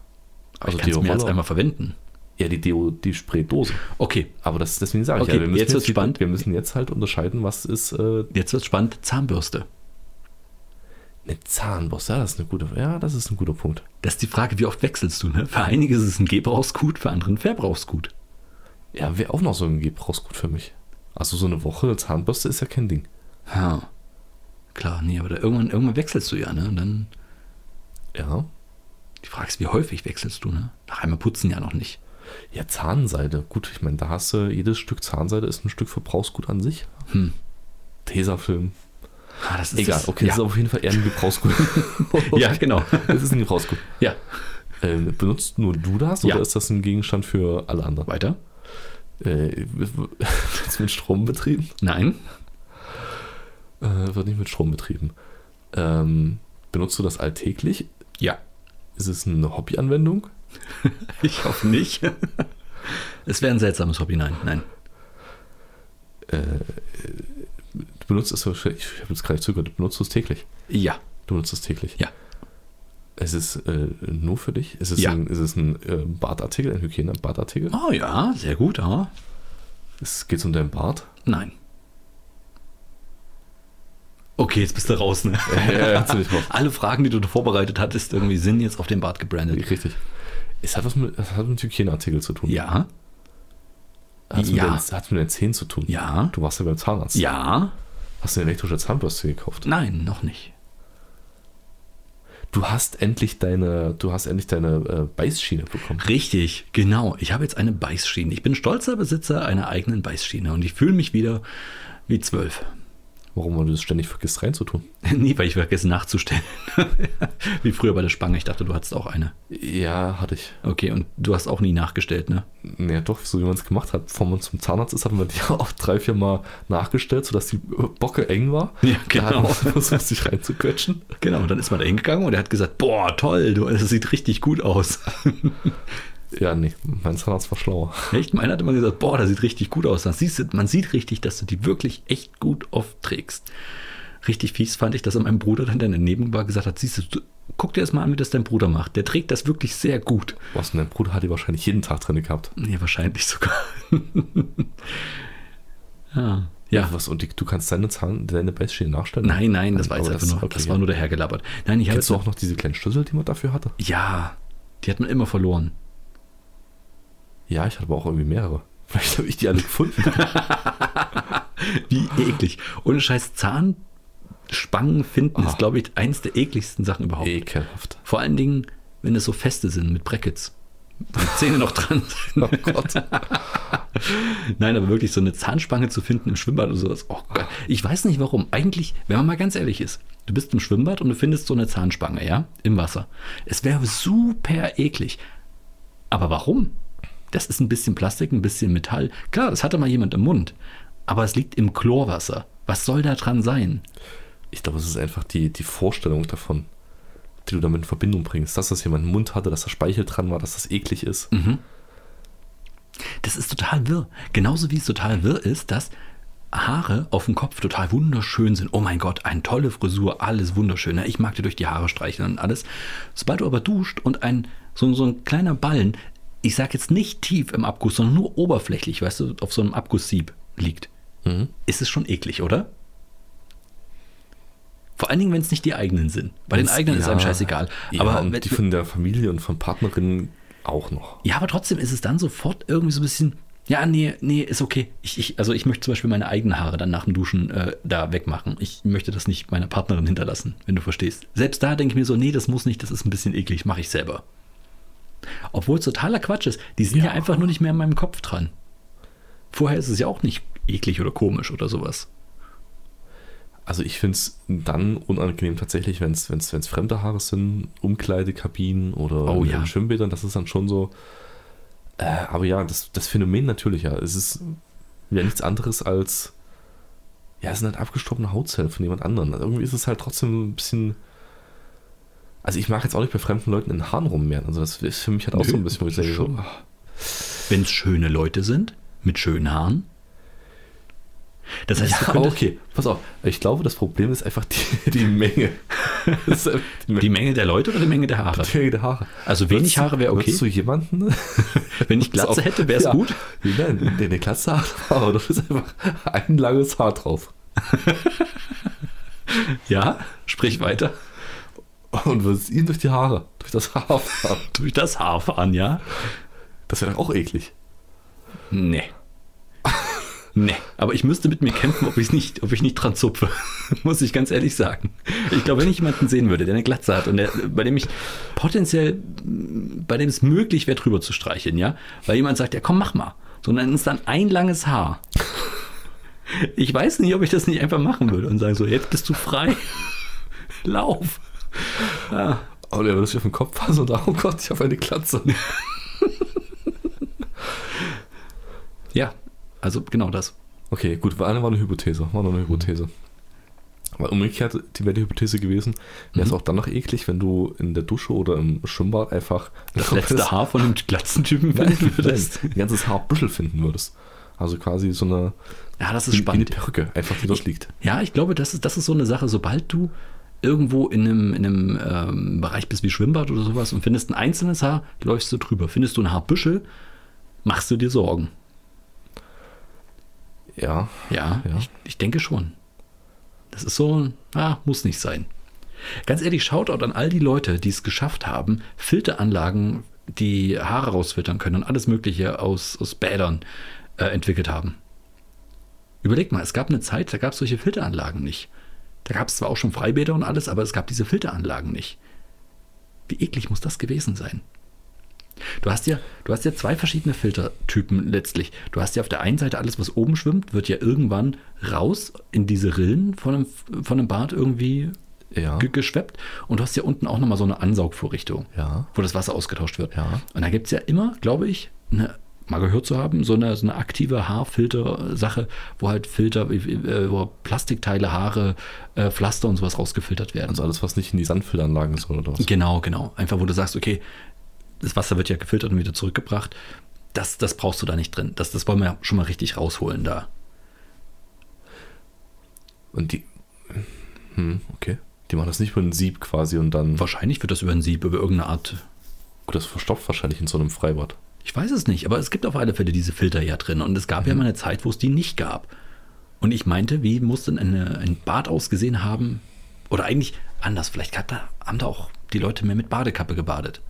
S1: Aber ich
S2: Also
S1: kann es mehr als
S2: Deo-Roller-
S1: einmal verwenden.
S2: Ja, die Deo, die Spraydose.
S1: Okay,
S2: Aber das, deswegen sage
S1: Okay,
S2: ich ja, wir müssen
S1: jetzt wird's
S2: wieder-
S1: spannend.
S2: Wir müssen jetzt halt unterscheiden, was ist äh,
S1: jetzt wird's spannend. Zahnbürste.
S2: eine Zahnbürste. Ja, das ist eine gute, ja, das ist ein guter Punkt.
S1: Das ist die Frage, wie oft wechselst du? Ne? Für einige ist es ein Gebrauchsgut, für andere ein Verbrauchsgut.
S2: Ja, wäre auch noch so ein Gebrauchsgut für mich. Also so eine Woche Zahnbürste ist ja kein Ding.
S1: Ha. Klar, nee, aber da irgendwann, irgendwann wechselst du ja, ne? Und dann
S2: Ja.
S1: die Frage ist, wie häufig wechselst du, ne? Nach einmal putzen ja noch nicht.
S2: Ja, Zahnseide. Gut, ich meine, da hast du jedes Stück Zahnseide ist ein Stück Verbrauchsgut an sich.
S1: Hm.
S2: Tesafilm.
S1: Ah, das ist
S2: Egal,
S1: das-
S2: okay,
S1: Ja,
S2: das ist auf jeden Fall eher ein Gebrauchsgut.
S1: ja genau.
S2: Das ist ein Gebrauchsgut.
S1: Ja.
S2: Ähm, benutzt nur du das
S1: Ja.
S2: oder ist das ein Gegenstand für alle anderen?
S1: Weiter?
S2: Äh, wird mit Strom betrieben?
S1: Nein.
S2: Äh, wird nicht mit Strom betrieben. Ähm, benutzt du das alltäglich?
S1: Ja.
S2: Ist es eine Hobbyanwendung?
S1: Ich hoffe nicht. es wäre ein seltsames Hobby, nein. Nein.
S2: Du benutzt es, ich habe jetzt gerade zugehört, du benutzt es täglich.
S1: Ja.
S2: Du benutzt es täglich.
S1: Ja.
S2: Es ist äh, nur für dich? Es ist
S1: Ja.
S2: ein, es ist ein äh, Badartikel, ein Hygiene-Badartikel?
S1: Oh ja, sehr gut, aber
S2: Es geht um deinen Bart?
S1: nein. Okay, jetzt bist du raus, ne?
S2: ja, ja, ziemlich raus.
S1: Alle Fragen, die du vorbereitet hattest, irgendwie sind jetzt auf den Bart gebrandet.
S2: Richtig. Es hat was mit, es hat mit Hygieneartikel zu tun.
S1: Ja.
S2: Hat's mit,
S1: Ja.
S2: den, hat's mit den Zähnen zu tun?
S1: Ja.
S2: Du warst ja beim Zahnarzt.
S1: Ja.
S2: Hast du eine elektrische Zahnbürste gekauft?
S1: Nein, noch nicht.
S2: Du hast endlich deine, du hast endlich deine äh, Beißschiene bekommen.
S1: Richtig, genau. Ich habe jetzt eine Beißschiene. Ich bin stolzer Besitzer einer eigenen Beißschiene und ich fühle mich wieder wie zwölf.
S2: Warum weil du das ständig vergisst reinzutun?
S1: Nee, weil ich vergesse nachzustellen. wie früher bei der Spange. Ich dachte, du hattest auch eine.
S2: Ja, hatte ich.
S1: Okay, und du hast auch nie nachgestellt, ne?
S2: Naja, doch, so wie man es gemacht hat. Bevor man zum Zahnarzt ist, haben wir die auch drei, vier Mal nachgestellt, sodass die äh, Bocke eng war.
S1: Ja,
S2: Da hat
S1: genau.
S2: man versucht, sich reinzuquetschen.
S1: Genau, und dann ist man da hingegangen und er hat gesagt, boah, toll, du, das sieht richtig gut aus.
S2: Ja, nee, mein Zahnarzt war schlauer.
S1: Echt? Meiner hat immer gesagt, boah, das sieht richtig gut aus. Das siehst du, man sieht richtig, dass du die wirklich echt gut oft trägst. Richtig fies fand ich, dass er meinem Bruder dann daneben war, gesagt hat, siehst du, du, guck dir das mal an, wie das dein Bruder macht. Der trägt das wirklich sehr gut.
S2: Was, denn, dein Bruder hat die wahrscheinlich jeden Tag drin gehabt.
S1: Ja, wahrscheinlich sogar. ja. ja.
S2: Was, und die, du kannst deine Zahn, deine Beißschiene nachstellen?
S1: Nein, nein, das war
S2: Aber
S1: jetzt einfach nur,
S2: okay,
S1: das
S2: ja.
S1: war nur dahergelabert. Nein, ich habe
S2: Kennst du auch noch diese kleinen Schlüssel, die man dafür hatte?
S1: Ja, die hat man immer verloren.
S2: Ja, ich hatte aber auch irgendwie mehrere. Vielleicht habe ich die alle gefunden.
S1: Wie eklig. Ohne Scheiß Zahnspangen finden
S2: Ah.
S1: ist, glaube ich, eins der ekligsten Sachen überhaupt.
S2: Ekelhaft.
S1: Vor allen Dingen, wenn es so feste sind mit Brackets. Wenn die Zähne noch dran sind.
S2: Oh Gott.
S1: Nein, aber wirklich so eine Zahnspange zu finden im Schwimmbad oder sowas. Oh Gott. Ich weiß nicht warum. Eigentlich, wenn man mal ganz ehrlich ist, du bist im Schwimmbad und du findest so eine Zahnspange, ja, im Wasser. Es wäre super eklig. Aber warum? Das ist ein bisschen Plastik, ein bisschen Metall. Klar, das hatte mal jemand im Mund. Aber es liegt im Chlorwasser. Was soll da dran sein?
S2: Ich glaube, es ist einfach die, die Vorstellung davon, die du damit in Verbindung bringst. Dass das jemand im Mund hatte, dass da Speichel dran war, dass das eklig ist.
S1: Mhm. Das ist total wirr. Genauso wie es total wirr ist, dass Haare auf dem Kopf total wunderschön sind. Oh mein Gott, eine tolle Frisur, alles wunderschön. Ja, Ich mag dir durch die Haare streicheln und alles. Sobald du aber duscht und ein so, so ein kleiner Ballen, ich sag jetzt nicht tief im Abguss, sondern nur oberflächlich, weißt du, auf so einem Abgusssieb liegt,
S2: Mhm.
S1: ist es schon eklig, oder? Vor allen Dingen, wenn es nicht die eigenen sind. Bei den
S2: Das-
S1: eigenen ist einem
S2: ja,
S1: scheißegal.
S2: Ja,
S1: aber
S2: aber und
S1: wenn-
S2: die von der Familie und von Partnerinnen auch noch.
S1: ja, aber trotzdem ist es dann sofort irgendwie so ein bisschen, ja, nee, nee, ist okay. Ich, ich, also ich möchte zum Beispiel meine eigenen Haare dann nach dem Duschen äh, da wegmachen. Ich möchte das nicht meiner Partnerin hinterlassen, wenn du verstehst. Selbst da denke ich mir so, nee, das muss nicht, das ist ein bisschen eklig, mache ich selber. Obwohl es totaler Quatsch ist. Die sind ja.
S2: Ja.
S1: einfach nur nicht mehr in meinem Kopf dran. Vorher ist es ja auch nicht eklig oder komisch oder sowas.
S2: Also ich finde es dann unangenehm tatsächlich, wenn es wenn's, wenn's fremde Haare sind, Umkleidekabinen oder
S1: Oh
S2: in
S1: ja.
S2: Schwimmbädern, das ist dann schon so. Äh, aber ja, das, das Phänomen natürlich, ja. Es ist ja nichts anderes als, ja, es sind halt abgestorbene Hautzellen von jemand anderem. Also irgendwie ist es halt trotzdem ein bisschen... Also ich mag jetzt auch nicht bei fremden Leuten in den Haaren rummehren. Also das ist für mich halt auch so ein
S1: Nö,
S2: bisschen, wo ich sage,
S1: schon.
S2: so,
S1: Wenn es schöne Leute sind, mit schönen Haaren. Das heißt, du
S2: Ja,
S1: könntest-
S2: okay, pass auf. Ich glaube, das Problem ist einfach die, die Menge. Das ist einfach die
S1: die
S2: Menge
S1: Menge der Leute oder die Menge der Haare?
S2: die Menge der Haare.
S1: Also wenig
S2: Würdest du-
S1: Haare wäre okay.
S2: würdest du jemanden?
S1: Wenn ich
S2: Pass
S1: Glatze
S2: auf.
S1: hätte, wäre es
S2: Ja.
S1: gut.
S2: Nee, Nein, der eine Glatze hat, aber das ist einfach ein langes Haar drauf.
S1: Ja, sprich weiter.
S2: Und würdest ihn durch die Haare, durch das Haar fahren.
S1: Durch das Haar fahren, ja?
S2: Das wäre doch auch eklig.
S1: Nee. Nee, aber ich müsste mit mir kämpfen, ob ich nicht, ob ich nicht dran zupfe, muss ich ganz ehrlich sagen. Ich glaube, wenn ich jemanden sehen würde, der eine Glatze hat und der, bei dem ich potenziell, mm, bei dem es möglich wäre, drüber zu streicheln, ja, weil jemand sagt, ja komm, mach mal, sondern ist dann ein langes Haar. Ich weiß nicht, ob ich das nicht einfach machen würde und sagen so, jetzt bist du frei, lauf.
S2: Und er würde sich auf den Kopf fassen und sagen, oh Gott, ich habe eine Glatze.
S1: Ja, also genau das.
S2: Okay, gut, war eine, war eine Hypothese. War nur eine Hypothese. Weil umgekehrt, die wäre die Hypothese gewesen, wäre es
S1: Mhm.
S2: auch dann noch eklig, wenn du in der Dusche oder im Schwimmbad einfach
S1: Das letzte Haar von dem glatzen Typen
S2: Nein,
S1: finden würdest.
S2: nein, ein ganzes Haarbüschel finden würdest. Also quasi so eine,
S1: Ja, das
S2: wie
S1: ist
S2: eine
S1: spannend.
S2: Perücke, einfach die dort liegt.
S1: Ja, ich glaube, das ist, das ist so eine Sache, sobald du irgendwo in einem, in einem ähm, Bereich bist wie Schwimmbad oder sowas und findest ein einzelnes Haar, läufst du drüber. Findest du ein Haarbüschel, machst du dir Sorgen.
S2: Ja,
S1: Ja,
S2: Ja.
S1: Ich, ich denke schon. Das ist so, ah, muss nicht sein. Ganz ehrlich, Shoutout an all die Leute, die es geschafft haben, Filteranlagen, die Haare rausfiltern können und alles Mögliche aus, aus Bädern, äh, äh, entwickelt haben. Überleg mal, es gab eine Zeit, da gab es solche Filteranlagen nicht. Da gab es zwar auch schon Freibäder und alles, aber es gab diese Filteranlagen nicht. Wie eklig muss das gewesen sein? Du hast ja, du hast ja zwei verschiedene Filtertypen letztlich. Du hast ja auf der einen Seite alles, was oben schwimmt, wird ja irgendwann raus in diese Rillen von einem, von einem Bad irgendwie
S2: Ja.
S1: ge geschweppt. Und du hast ja unten auch nochmal so eine Ansaugvorrichtung,
S2: Ja.
S1: wo das Wasser ausgetauscht wird.
S2: Ja.
S1: Und da gibt es ja immer, glaube ich, eine, mal gehört zu haben, so eine, so eine aktive Haarfilter-Sache, wo halt Filter, äh, wo Plastikteile, Haare, äh, Pflaster und sowas rausgefiltert werden.
S2: Also alles, was nicht in die Sandfilteranlagen soll oder was.
S1: Genau, genau. Einfach, wo du sagst, okay, das Wasser wird ja gefiltert und wieder zurückgebracht. Das, das brauchst du da nicht drin. Das, das wollen wir ja schon mal richtig rausholen da.
S2: Und die. Hm, okay. Die machen das nicht über ein Sieb quasi und dann.
S1: Wahrscheinlich wird das über ein Sieb, über irgendeine Art.
S2: Gut, das verstopft wahrscheinlich in so einem Freibad.
S1: Ich weiß es nicht, aber es gibt auf alle Fälle diese Filter ja drin. Und es gab ja mal eine Zeit, wo es die nicht gab. Und ich meinte, wie muss denn eine, ein Bad ausgesehen haben? Oder eigentlich anders. Vielleicht hat da, haben da auch die Leute mehr mit Badekappe gebadet.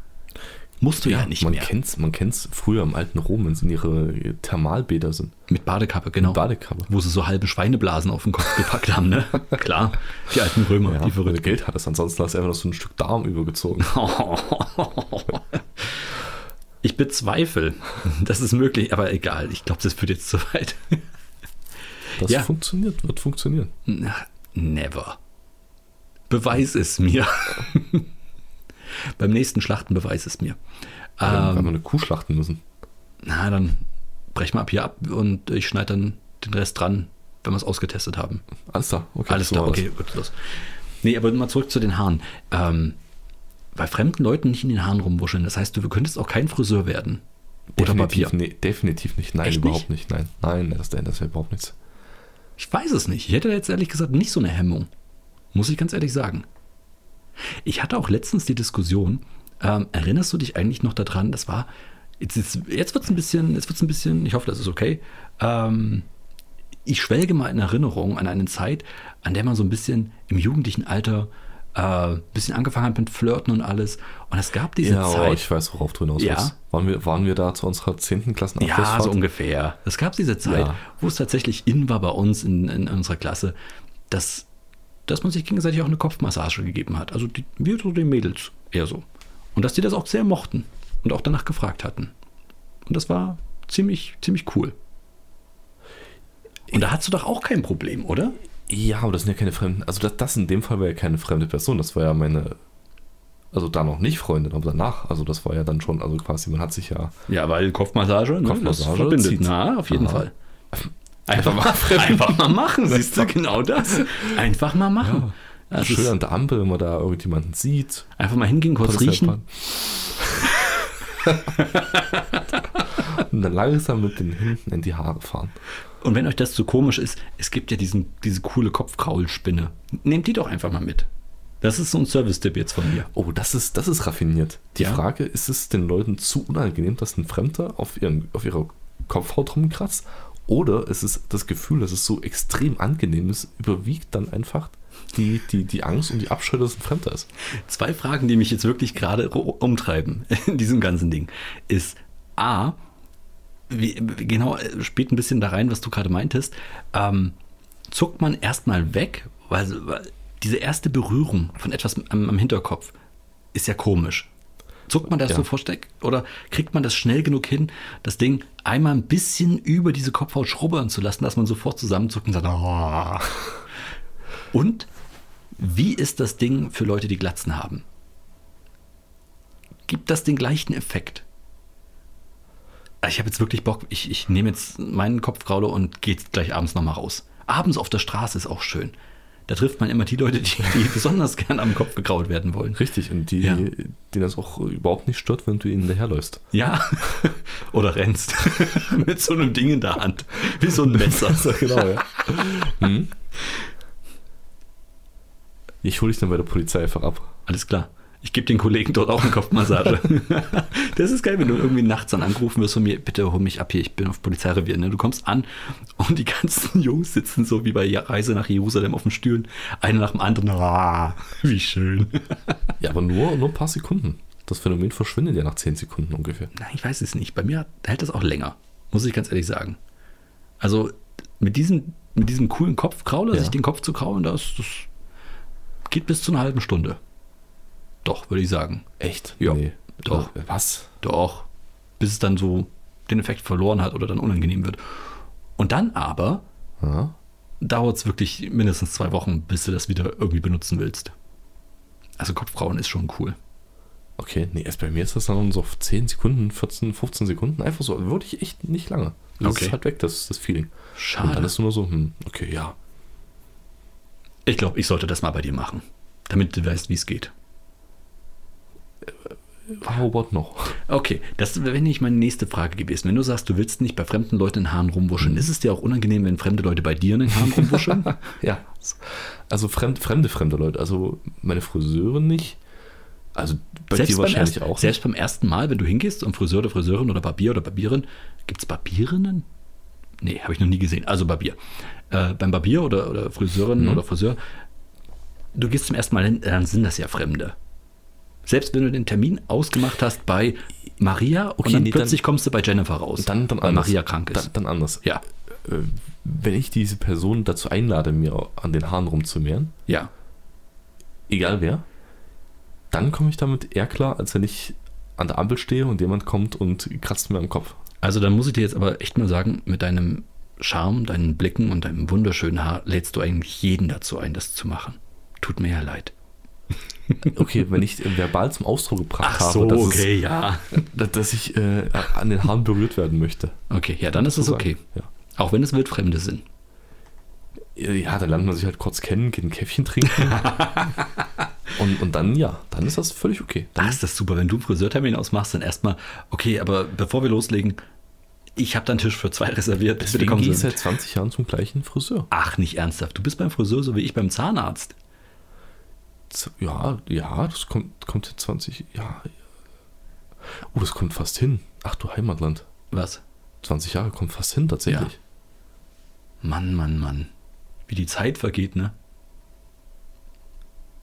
S1: Musst du ja, nicht
S2: man
S1: mehr.
S2: Kennt's, man kennt's früher im alten Rom, wenn es in ihre Thermalbäder sind.
S1: Mit Badekappe, genau.
S2: Badekappe.
S1: Wo sie so halbe Schweineblasen auf den Kopf gepackt haben, ne? Klar, die alten Römer, die
S2: wenn du
S1: verrückt.
S2: Geld hattest, ansonsten hast du einfach noch so ein Stück Darm übergezogen.
S1: Ich bezweifle, das ist möglich, aber egal, ich glaube, das führt jetzt zu weit.
S2: Das
S1: Ja.
S2: funktioniert, wird funktionieren.
S1: Na, Never. Beweis es mir. Beim nächsten Schlachten beweis es mir.
S2: Wenn
S1: Ähm,
S2: wir eine Kuh schlachten müssen.
S1: na, dann brech mal ab hier ab und ich schneide dann den Rest dran, wenn wir es ausgetestet haben.
S2: Alles klar, okay.
S1: Alles
S2: so
S1: klar,
S2: machen wir's.
S1: okay, gut, los. Nee, aber mal zurück zu den Haaren. Ähm, bei fremden Leuten nicht in den Haaren rumwuscheln. Das heißt, du könntest auch kein Friseur werden. Oder
S2: definitiv,
S1: Papier.
S2: nee, definitiv nicht. Nein,
S1: Echt
S2: überhaupt nicht. Nein, nein, das, das wäre überhaupt nichts.
S1: Ich weiß es nicht. Ich hätte jetzt ehrlich gesagt nicht so eine Hemmung. Muss ich ganz ehrlich sagen. Ich hatte auch letztens die Diskussion, ähm, erinnerst du dich eigentlich noch daran, das war, jetzt, jetzt, jetzt wird es ein bisschen, jetzt wird's ein bisschen, ich hoffe, das ist okay. Ähm, ich schwelge mal in Erinnerung an eine Zeit, an der man so ein bisschen im jugendlichen Alter äh, ein bisschen angefangen hat mit Flirten und alles. Und es gab diese
S2: Ja, oh, aber
S1: Zeit.
S2: ich weiß, worauf du hinaus
S1: Ja.
S2: willst. Waren wir, waren wir da zu unserer 10.
S1: Ja, also um-
S2: Klassenabschlussfahrt?
S1: so ungefähr. Es gab diese Zeit,
S2: Ja.
S1: wo es tatsächlich in war bei uns in, in unserer Klasse, dass, dass man sich gegenseitig auch eine Kopfmassage gegeben hat. Also die, wir so den Mädels eher so. Und dass die das auch sehr mochten und auch danach gefragt hatten. Und das war ziemlich, ziemlich cool. Und da hattest du doch auch kein Problem, oder?
S2: Ja, aber das sind ja keine fremden. Also das, das in dem Fall war ja keine fremde Person. Das war ja meine, also da noch nicht Freundin, aber danach. Also das war ja dann schon, also quasi, man hat sich ja
S1: Ja, weil Kopfmassage, ne,
S2: Kopfmassage
S1: das verbindet.
S2: zieht's.
S1: Na, auf jeden
S2: Aha.
S1: Fall. Einfach mal, einfach mal machen, siehst du, genau das. Einfach mal machen. Das ist-
S2: schön an der Ampel, wenn man da irgendjemanden sieht.
S1: Einfach mal hingehen, kurz riechen.
S2: Und dann langsam mit den Händen in die Haare fahren.
S1: Und wenn euch das zu komisch ist, es gibt ja diesen, diese coole Kopfkraulspinne. Nehmt die doch einfach mal mit. Das ist so ein Service-Tipp jetzt von mir.
S2: Oh, das ist, das ist raffiniert. Die
S1: Ja.
S2: Frage, ist es den Leuten zu unangenehm, dass ein Fremder auf, ihren, auf ihrer Kopfhaut rumkratzt? Oder ist es das Gefühl, dass es so extrem angenehm ist, überwiegt dann einfach die, die, die Angst und die Abscheu, dass es ein Fremder ist?
S1: Zwei Fragen, die mich jetzt wirklich gerade ru- umtreiben in diesem ganzen Ding, ist A, wie, wie- genau, äh, spielt ein bisschen da rein, was du gerade meintest, ähm, zuckt man erstmal weg, weil, weil diese erste Berührung von etwas am, am Hinterkopf ist ja komisch. Zuckt man das
S2: Ja.
S1: so vorsteck oder kriegt man das schnell genug hin, das Ding einmal ein bisschen über diese Kopfhaut schrubbern zu lassen, dass man sofort zusammenzuckt und sagt, "Ah." und wie ist das Ding für Leute, die Glatzen haben? Gibt das den gleichen Effekt? Ah, Ich habe jetzt wirklich Bock, ich, ich nehme jetzt meinen Kopfkraule und gehe jetzt gleich abends nochmal raus. Abends auf der Straße ist auch schön. Da trifft man immer die Leute, die, die besonders gern am Kopf gekrault werden wollen.
S2: Richtig, und die,
S1: Ja.
S2: denen das auch überhaupt nicht stört, wenn du ihnen hinterherläufst.
S1: Ja, oder rennst mit so einem Ding in der Hand, wie so ein Messer.
S2: genau, ja. hm? Ich hole dich dann bei der Polizei einfach ab.
S1: Alles klar. Ich gebe den Kollegen dort auch eine Kopfmassage. das ist geil, wenn du irgendwie nachts dann angerufen wirst von mir, bitte hol mich ab hier, ich bin auf Polizeirevier. Ne? Du kommst an und die ganzen Jungs sitzen so wie bei Ja- Reise nach Jerusalem auf den Stühlen, einer nach dem anderen. Ah, wie schön.
S2: Ja, aber nur, nur ein paar Sekunden. Das Phänomen verschwindet ja nach 10 Sekunden ungefähr.
S1: Nein, ich weiß es nicht. Bei mir hält das auch länger, muss ich ganz ehrlich sagen. Also mit diesem, mit diesem coolen Kopfkrauler,
S2: Ja.
S1: sich den Kopf zu kraulen, das, das geht bis zu einer halben Stunde. Doch, würde ich sagen.
S2: Echt?
S1: Ja.
S2: Nee.
S1: Doch.
S2: Äh, Was?
S1: Doch. Bis es dann so den Effekt verloren hat oder dann unangenehm wird. Und dann aber
S2: Ja.
S1: dauert es wirklich mindestens zwei Wochen, bis du das wieder irgendwie benutzen willst. Also Kopfkrauen ist schon cool.
S2: Okay, nee, erst bei mir ist das dann so auf 10 Sekunden, 14, 15 Sekunden. Einfach so, wirklich echt nicht lange. Das
S1: Okay.
S2: ist halt weg, das, das Feeling. Und dann
S1: Schade.
S2: ist nur so, hm, okay, ja.
S1: Ich glaube, ich sollte das mal bei dir machen, damit du weißt, wie es geht.
S2: Robot noch.
S1: Okay, das wäre nicht meine nächste Frage gewesen. Wenn du sagst, du willst nicht bei fremden Leuten in den Haaren rumwuscheln, ist es dir auch unangenehm, wenn fremde Leute bei dir in den Haaren rumwuscheln?
S2: Ja. Also fremd, fremde, fremde Leute. Also meine Friseurin nicht. Also bei dir
S1: beim
S2: wahrscheinlich
S1: ersten,
S2: auch. nicht.
S1: Selbst beim ersten Mal, wenn du hingehst zum Friseur oder Friseurin oder Barbier oder Barbierin, gibt es Barbierinnen? Nee, habe ich noch nie gesehen. Also Barbier. Äh, beim Barbier oder, oder
S2: Mhm.
S1: Friseurin oder Friseur, du gehst zum ersten Mal hin, dann sind das ja Fremde. Selbst wenn du den Termin ausgemacht hast bei Maria und
S2: Okay,
S1: dann
S2: nee, dann-
S1: plötzlich kommst du bei Jennifer raus,
S2: Dann, dann
S1: weil
S2: anders.
S1: Maria krank ist.
S2: Dann, dann anders.
S1: ja,
S2: Äh, Wenn ich diese Person dazu einlade, mir an den Haaren rumzumehren,
S1: ja.
S2: egal wer, dann komme ich damit eher klar, als wenn ich an der Ampel stehe und jemand kommt und kratzt mir am Kopf.
S1: Also dann muss ich dir jetzt aber echt mal sagen, mit deinem Charme, deinen Blicken und deinem wunderschönen Haar lädst du eigentlich jeden dazu ein, das zu machen. Tut mir ja leid.
S2: Okay, wenn ich äh, verbal zum Ausdruck gebracht habe, dass,
S1: ja.
S2: es, da- dass ich äh, an den Haaren berührt werden möchte.
S1: Okay, ja, dann ist es
S2: So
S1: okay.
S2: sagen,
S1: Auch wenn es Wildfremde sind.
S2: Ja. ja, dann lernt man sich halt kurz kennen, geht ein Käffchen trinken. und, und dann, ja, dann ist das völlig okay.
S1: Da ist das super, wenn du einen Friseurtermin ausmachst, dann erstmal, okay, aber bevor wir loslegen, ich habe da einen Tisch für zwei reserviert. Bitte
S2: Deswegen
S1: kommen
S2: gehe
S1: Sie
S2: ich
S1: mit.
S2: seit 20 Jahren zum gleichen Friseur.
S1: Ach, nicht ernsthaft. Du bist beim Friseur so wie ich beim Zahnarzt.
S2: Z- Ja, ja, das kommt, kommt in 20, ja. Oh, das kommt fast hin. Ach du Heimatland.
S1: Was?
S2: 20 Jahre kommt fast hin, tatsächlich.
S1: Mann, Mann, Mann. Wie die Zeit vergeht, ne?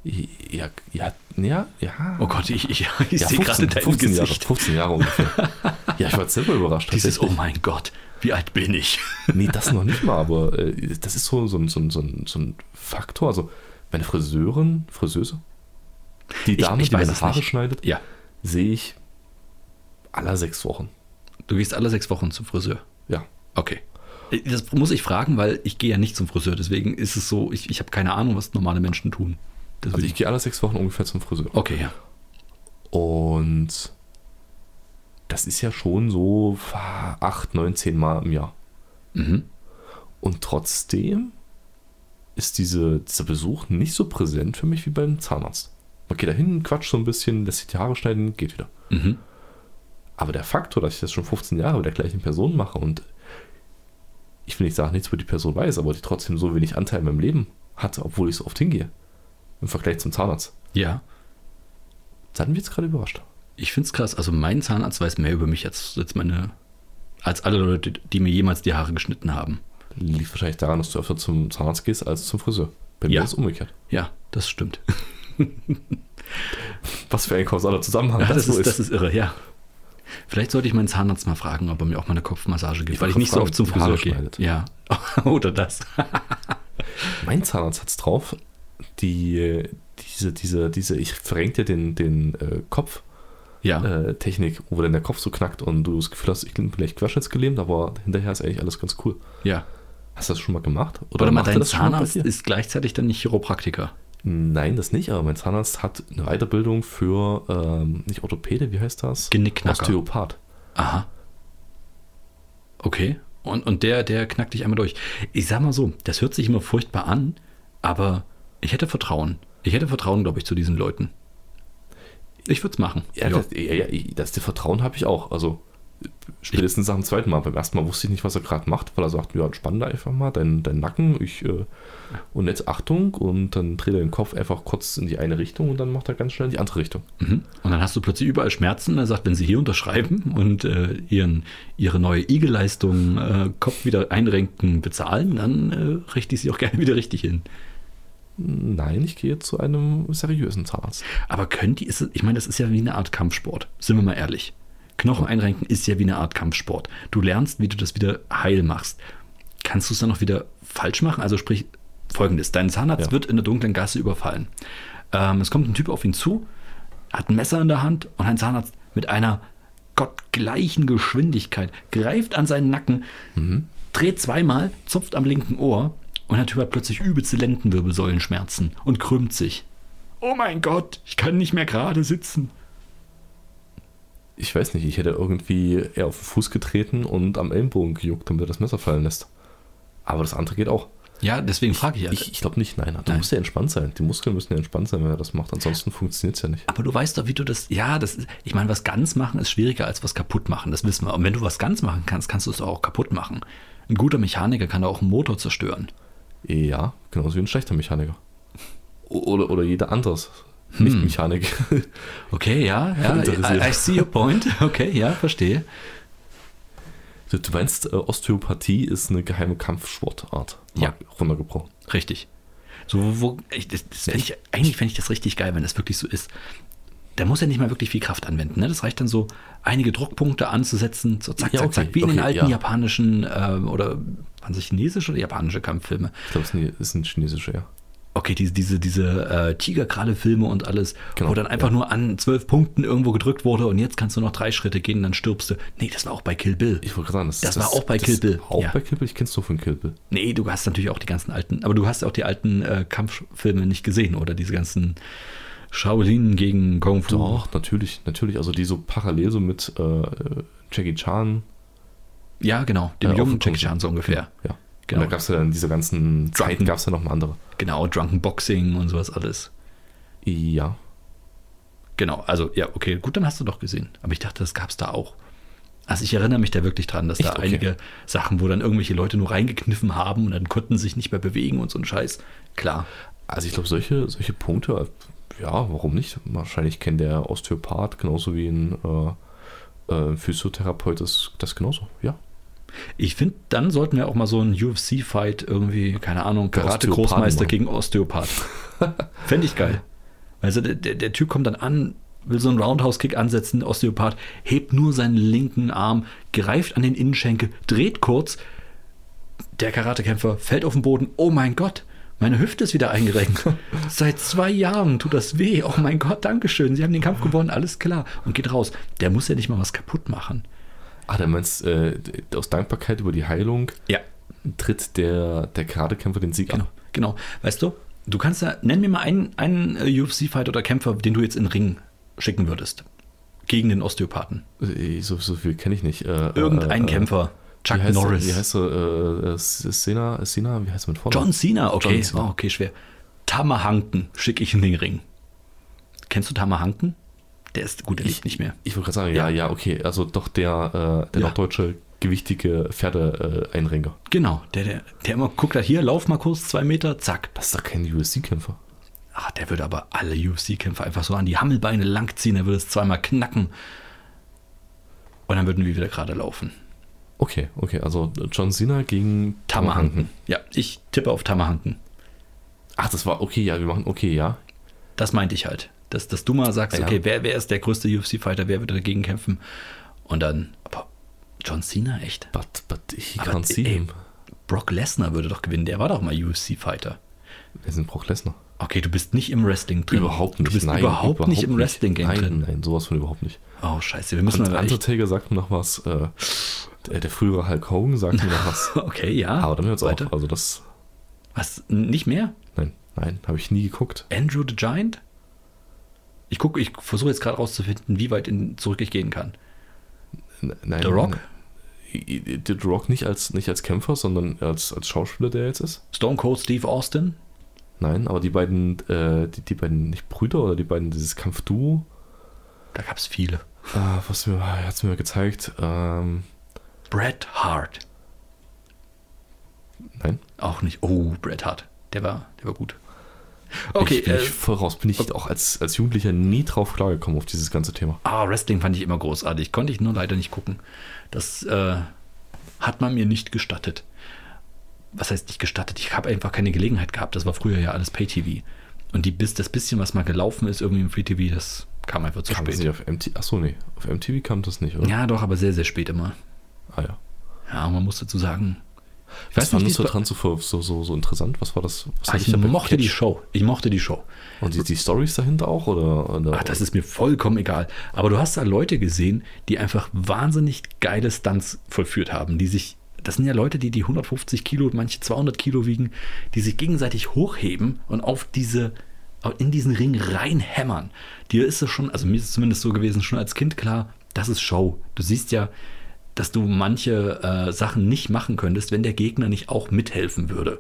S2: Ja, ja, ja. ja.
S1: Oh Gott, ich, ich, ich
S2: ja,
S1: sehe gerade dein
S2: 15 Jahre,
S1: Gesicht.
S2: 15 Jahre ungefähr. ja, ich war jetzt selber überrascht.
S1: Dieses, oh
S2: tatsächlich.
S1: mein Gott, wie alt bin ich?
S2: Nee, das noch nicht mal, aber äh, das ist so, so, ein- so, ein- so, ein- so ein Faktor. Also, meine Friseurin, Friseuse, die
S1: Ich-
S2: Dame,
S1: ich
S2: die
S1: weiß
S2: meine
S1: es
S2: Haare
S1: nicht.
S2: schneidet,
S1: Ja,
S2: sehe ich aller sechs Wochen.
S1: du gehst alle sechs Wochen zum Friseur.
S2: Ja. also
S1: Okay. Äh, Das muss ich fragen, weil ich gehe ja nicht zum Friseur. Deswegen ist es so, ich, ich habe keine Ahnung, was normale Menschen tun.
S2: Also,
S1: Deswegen,
S2: ich gehe alle sechs Wochen ungefähr zum Friseur.
S1: okay, ja.
S2: Und das ist ja schon so acht, neun, zehn Mal im Jahr.
S1: Mhm.
S2: Und trotzdem ist diese, dieser Besuch nicht so präsent für mich wie beim Zahnarzt. Man geht da hin, quatscht so ein bisschen, lässt sich die Haare schneiden, geht wieder.
S1: Mhm.
S2: Aber der Faktor, dass ich das schon 15 Jahre mit der gleichen Person mache und ich will nicht sagen, nichts über die Person weiß, aber die trotzdem so wenig Anteil in meinem Leben hatte, obwohl ich so oft hingehe. Im Vergleich zum Zahnarzt.
S1: Ja,
S2: Das hat mich jetzt gerade überrascht.
S1: ich finde es krass. Also mein Zahnarzt weiß mehr über mich als, als meine, als alle Leute, die mir jemals die Haare geschnitten haben.
S2: Liegt wahrscheinlich daran, dass du öfter zum Zahnarzt gehst als zum Friseur. Bei mir
S1: Ja.
S2: ist es umgekehrt.
S1: Ja, das stimmt.
S2: Was für ein kausaler Zusammenhang
S1: das,
S2: so
S1: ist, das ist irre, ja. Vielleicht sollte ich meinen Zahnarzt mal fragen, ob er mir auch mal eine Kopfmassage gibt,
S2: Ich
S1: weil ich
S2: wollte
S1: nicht so
S2: fragen,
S1: oft zum
S2: die Haare
S1: Friseur gehe.
S2: schneidet.
S1: Ja, oder das.
S2: Mein Zahnarzt hat's drauf. Die, diese, diese, diese, ich verrenke dir den, den äh, Kopf.
S1: Ja.
S2: Äh, Technik, wo dann der Kopf so knackt und du das Gefühl hast, ich bin vielleicht querschnittsgelähmt, aber hinterher ist eigentlich alles ganz cool.
S1: Ja.
S2: Hast du das schon mal gemacht?
S1: Oder, mal
S2: macht er
S1: dein
S2: das schon mal bei
S1: Zahnarzt
S2: dir?
S1: ist gleichzeitig dann nicht Chiropraktiker.
S2: Nein, das nicht, aber mein Zahnarzt hat eine Weiterbildung für, ähm, nicht Orthopäde, wie heißt das?
S1: Genickknacker.
S2: Osteopath.
S1: Aha. Okay. Und, und der, der knackt dich einmal durch. Ich sag mal so, das hört sich immer furchtbar an, aber ich hätte Vertrauen. Ich hätte Vertrauen, glaube ich, zu diesen Leuten. Ich würde es machen.
S2: Ja, das, ja, ja, das, das Vertrauen habe ich auch. Also spätestens nach dem zweiten Mal. Beim ersten Mal wusste ich nicht, was er gerade macht, weil er sagt, ja, entspann da einfach mal deinen dein Nacken. Ich, äh, und jetzt Achtung. Und dann dreht er den Kopf einfach kurz in die eine Richtung und dann macht er ganz schnell in die andere Richtung.
S1: Mhm. Und dann hast du plötzlich überall Schmerzen. Er sagt, wenn sie hier unterschreiben und äh, ihren, ihre neue IG-Leistung äh, Kopf wieder einrenken, bezahlen, dann äh, richte ich sie auch gerne wieder richtig hin.
S2: Nein, ich gehe zu einem seriösen Zahnarzt.
S1: Aber können die, ist, es- ich meine, das ist ja wie eine Art Kampfsport, sind wir mal ehrlich. Knochen einrenken ist ja wie eine Art Kampfsport. Du lernst, wie du das wieder heil machst. kannst du es dann noch wieder falsch machen? Also sprich, folgendes. Dein Zahnarzt
S2: Ja.
S1: wird in der dunklen Gasse überfallen. Ähm, es kommt ein Typ auf ihn zu, hat ein Messer in der Hand und ein Zahnarzt mit einer gottgleichen Geschwindigkeit greift an seinen Nacken, dreht zweimal, zupft am linken Ohr und der Typ hat plötzlich übelste Lendenwirbelsäulenschmerzen und krümmt sich. Oh mein Gott, ich kann nicht mehr gerade sitzen.
S2: Ich weiß nicht, ich hätte irgendwie eher auf den Fuß getreten und am Ellenbogen gejuckt, damit er das Messer fallen lässt. Aber das andere geht auch.
S1: Ja, deswegen frage ich ja.
S2: Ich, ich glaube nicht, nein. Du
S1: Nein.
S2: musst ja entspannt sein. Die Muskeln müssen ja entspannt sein, wenn er das macht. Ansonsten funktioniert es ja nicht.
S1: Aber du weißt doch, wie du das. Ja, das ist. Ich meine, was ganz machen ist schwieriger als was kaputt machen. Das wissen wir. Und wenn du was ganz machen kannst, kannst du es auch kaputt machen. Ein guter Mechaniker kann auch einen Motor zerstören.
S2: Ja, genauso wie ein schlechter Mechaniker. O- Oder, oder jeder anderes.
S1: Hm.
S2: Nicht Mechanik.
S1: Okay, ja, ja.
S2: Interessiert.
S1: I, I see your point. Okay, ja, verstehe.
S2: Du, du meinst, äh, Osteopathie ist eine geheime Kampfsportart.
S1: Ja.
S2: Mal Runtergebrochen.
S1: Richtig. So, wo, ich, das, das fänd ich, eigentlich fände ich das richtig geil, wenn das wirklich so ist. Da muss er nicht mal wirklich viel Kraft anwenden. Ne? Das reicht dann so, einige Druckpunkte anzusetzen, so zack,
S2: Ja,
S1: zack,
S2: okay,
S1: zack, wie in den
S2: okay,
S1: alten
S2: ja.
S1: japanischen ähm, oder waren es chinesische oder japanische Kampffilme.
S2: Ich glaube, es ist ein- ist ein chinesischer, ja.
S1: Okay, diese, diese, diese äh, Tigerkralle-Filme und alles,
S2: Genau,
S1: wo dann einfach nur an zwölf Punkten irgendwo gedrückt wurde und jetzt kannst du noch drei Schritte gehen, dann stirbst du. Nee, das war auch bei Kill Bill.
S2: Ich wollte gerade sagen, das,
S1: Das war auch bei Kill Bill,
S2: Auch
S1: ja.
S2: bei Kill Bill? Ich kenn's nur von Kill Bill.
S1: Nee, du hast natürlich auch die ganzen alten, aber du hast auch die alten äh, Kampffilme nicht gesehen, oder? Diese ganzen Shaolin gegen Kung Fu.
S2: Doch, natürlich, natürlich. Also die so parallel so mit äh, Jackie Chan.
S1: Ja, genau, dem
S2: Ja,
S1: jungen
S2: aufgekommen
S1: Jackie Chan so ungefähr.
S2: Ja.
S1: Genau.
S2: Und da gab es ja dann diese ganzen Zeit,
S1: Drunken.
S2: gab es ja noch mal andere.
S1: Genau, Drunken Boxing und sowas alles.
S2: Ja.
S1: Genau, also ja, okay, gut, dann hast du doch gesehen. Aber ich dachte, das gab es da auch. Also ich erinnere mich da wirklich dran, dass da
S2: Echt? Okay.
S1: einige Sachen, wo dann irgendwelche Leute nur reingekniffen haben und dann konnten sie sich nicht mehr bewegen und so ein Scheiß. Klar.
S2: Also ich glaube, solche, solche Punkte, ja, warum nicht? Wahrscheinlich kennt der Osteopath genauso wie ein äh, äh, Physiotherapeut das, das genauso, ja.
S1: Ich finde, dann sollten wir auch mal so einen UFC-Fight irgendwie, keine Ahnung, Karate-Großmeister
S2: Osteopathen
S1: gegen Osteopath. Fände ich geil. Also der, der, der Typ kommt dann an, will so einen Roundhouse-Kick ansetzen, Osteopath, hebt nur seinen linken Arm, greift an den Innenschenkel, dreht kurz. Der Karatekämpfer fällt auf den Boden. Oh mein Gott, meine Hüfte ist wieder eingerenkt. Seit zwei Jahren tut das weh. Oh mein Gott, Dankeschön. Sie haben den Kampf gewonnen, alles klar. Und geht raus. Der muss ja nicht mal was kaputt machen.
S2: Ah, dann meinst äh, aus Dankbarkeit über die Heilung
S1: Ja,
S2: tritt der, der Karatekämpfer den Sieg
S1: Genau,
S2: an.
S1: genau. Weißt du, du kannst ja, nenn mir mal einen, einen äh, UFC-Fight oder Kämpfer, den du jetzt in den Ring schicken würdest. Gegen den Osteopathen.
S2: Äh, So, so viel kenne ich nicht. Äh,
S1: Irgendein
S2: äh, äh,
S1: Kämpfer. Chuck
S2: wie heißt,
S1: Norris.
S2: Wie heißt er? Äh, äh, Sena, Sena, wie heißt er mit vorne?
S1: John Cena, okay.
S2: John Cena.
S1: Oh, okay, schwer. Tamahanken schicke ich in den Ring. Kennst du Tamahanken? Der ist gut, der liegt nicht mehr.
S2: Ich wollte gerade sagen, ja, ja, okay. Also doch der, äh, der
S1: Ja.
S2: norddeutsche gewichtige äh, Pferde-Einringer.
S1: Genau, der, der, der immer guckt da hier, lauf mal kurz zwei Meter, zack.
S2: das ist doch kein UFC-Kämpfer.
S1: Ach, der würde aber alle UFC-Kämpfer einfach so an die Hammelbeine langziehen, der würde es zweimal knacken. Und dann würden wir wieder gerade laufen.
S2: Okay, okay, also John Cena gegen
S1: Tamahanken. Ja, ich tippe auf Tamahanken.
S2: Ach, das war okay, ja, wir machen okay, ja.
S1: Das meinte ich halt. Dass, dass du mal sagst,
S2: Ja.
S1: okay, wer, wer ist der größte UFC-Fighter, wer wird dagegen kämpfen? Und dann, aber John Cena, echt?
S2: But, but he
S1: Aber,
S2: can't see
S1: ey,
S2: him.
S1: Brock Lesnar würde doch gewinnen, der war doch mal UFC-Fighter.
S2: Wir sind Brock Lesnar.
S1: Okay, du bist nicht im Wrestling drin.
S2: Überhaupt nicht.
S1: Du bist überhaupt, nicht im Wrestling-Game
S2: Nein,
S1: drin.
S2: nein, sowas von überhaupt nicht.
S1: Oh, scheiße, wir müssen
S2: Und
S1: mal... echt-
S2: Undertaker sagt mir noch was, äh, der, der frühere Hulk Hogan sagt mir noch was.
S1: Okay, ja.
S2: Aber dann hört's
S1: Ah, Weiter.
S2: auf. Also das,
S1: Was, nicht mehr?
S2: nein, nein, habe ich nie geguckt.
S1: Andrew the Giant? Ich gucke, ich versuche jetzt gerade rauszufinden, wie weit in, zurück ich gehen kann.
S2: N- Nein,
S1: The Rock?
S2: Nein. The Rock nicht als, nicht als Kämpfer, sondern als, als Schauspieler, der jetzt ist.
S1: Stone Cold Steve Austin?
S2: Nein, aber die beiden, äh, die, die beiden, nicht Brüder oder die beiden, dieses Kampfduo,
S1: Da gab es viele.
S2: äh, was mir, hat's mir gezeigt, ähm,
S1: Bret Hart.
S2: nein.
S1: Auch nicht. Oh, Bret Hart. Der war, der war gut. Okay,
S2: ich bin
S1: äh,
S2: ich voll raus. Bin ich auch als, als Jugendlicher nie drauf klargekommen auf dieses ganze Thema.
S1: ah, Wrestling fand ich immer großartig. Konnte ich nur leider nicht gucken. Das äh, hat man mir nicht gestattet. Was heißt nicht gestattet? Ich habe einfach keine Gelegenheit gehabt. Das war früher ja alles Pay-TV. Und die, bis, das bisschen, was mal gelaufen ist, irgendwie im Free-TV, das kam einfach zu
S2: Kam das
S1: spät.
S2: nicht auf MTV? Achso, nee. Auf MTV kam das nicht, oder?
S1: Ja, doch, aber sehr, sehr spät immer.
S2: Ah ja.
S1: Ja, man muss dazu sagen, Ich
S2: Was
S1: weiß nicht, wie
S2: fandest
S1: es
S2: du
S1: bei-
S2: daran so, so, so, so interessant? Was war das? Was
S1: Ah,
S2: hat
S1: ich
S2: dich dabei
S1: mochte die
S2: gecatcht?
S1: Show. Ich mochte die Show.
S2: Und die, die Stories dahinter auch? Oder, oder?
S1: Ach, Ah, das ist mir vollkommen egal. Aber du hast da Leute gesehen, die einfach wahnsinnig geile Stunts vollführt haben, die sich, das sind ja Leute, die die 150 Kilo, manche 200 Kilo wiegen, die sich gegenseitig hochheben und auf diese, in diesen Ring reinhämmern. Dir ist es schon, also mir ist es zumindest so gewesen, schon als Kind klar, das ist Show. Du siehst ja, dass du manche äh, Sachen nicht machen könntest, wenn der Gegner nicht auch mithelfen würde.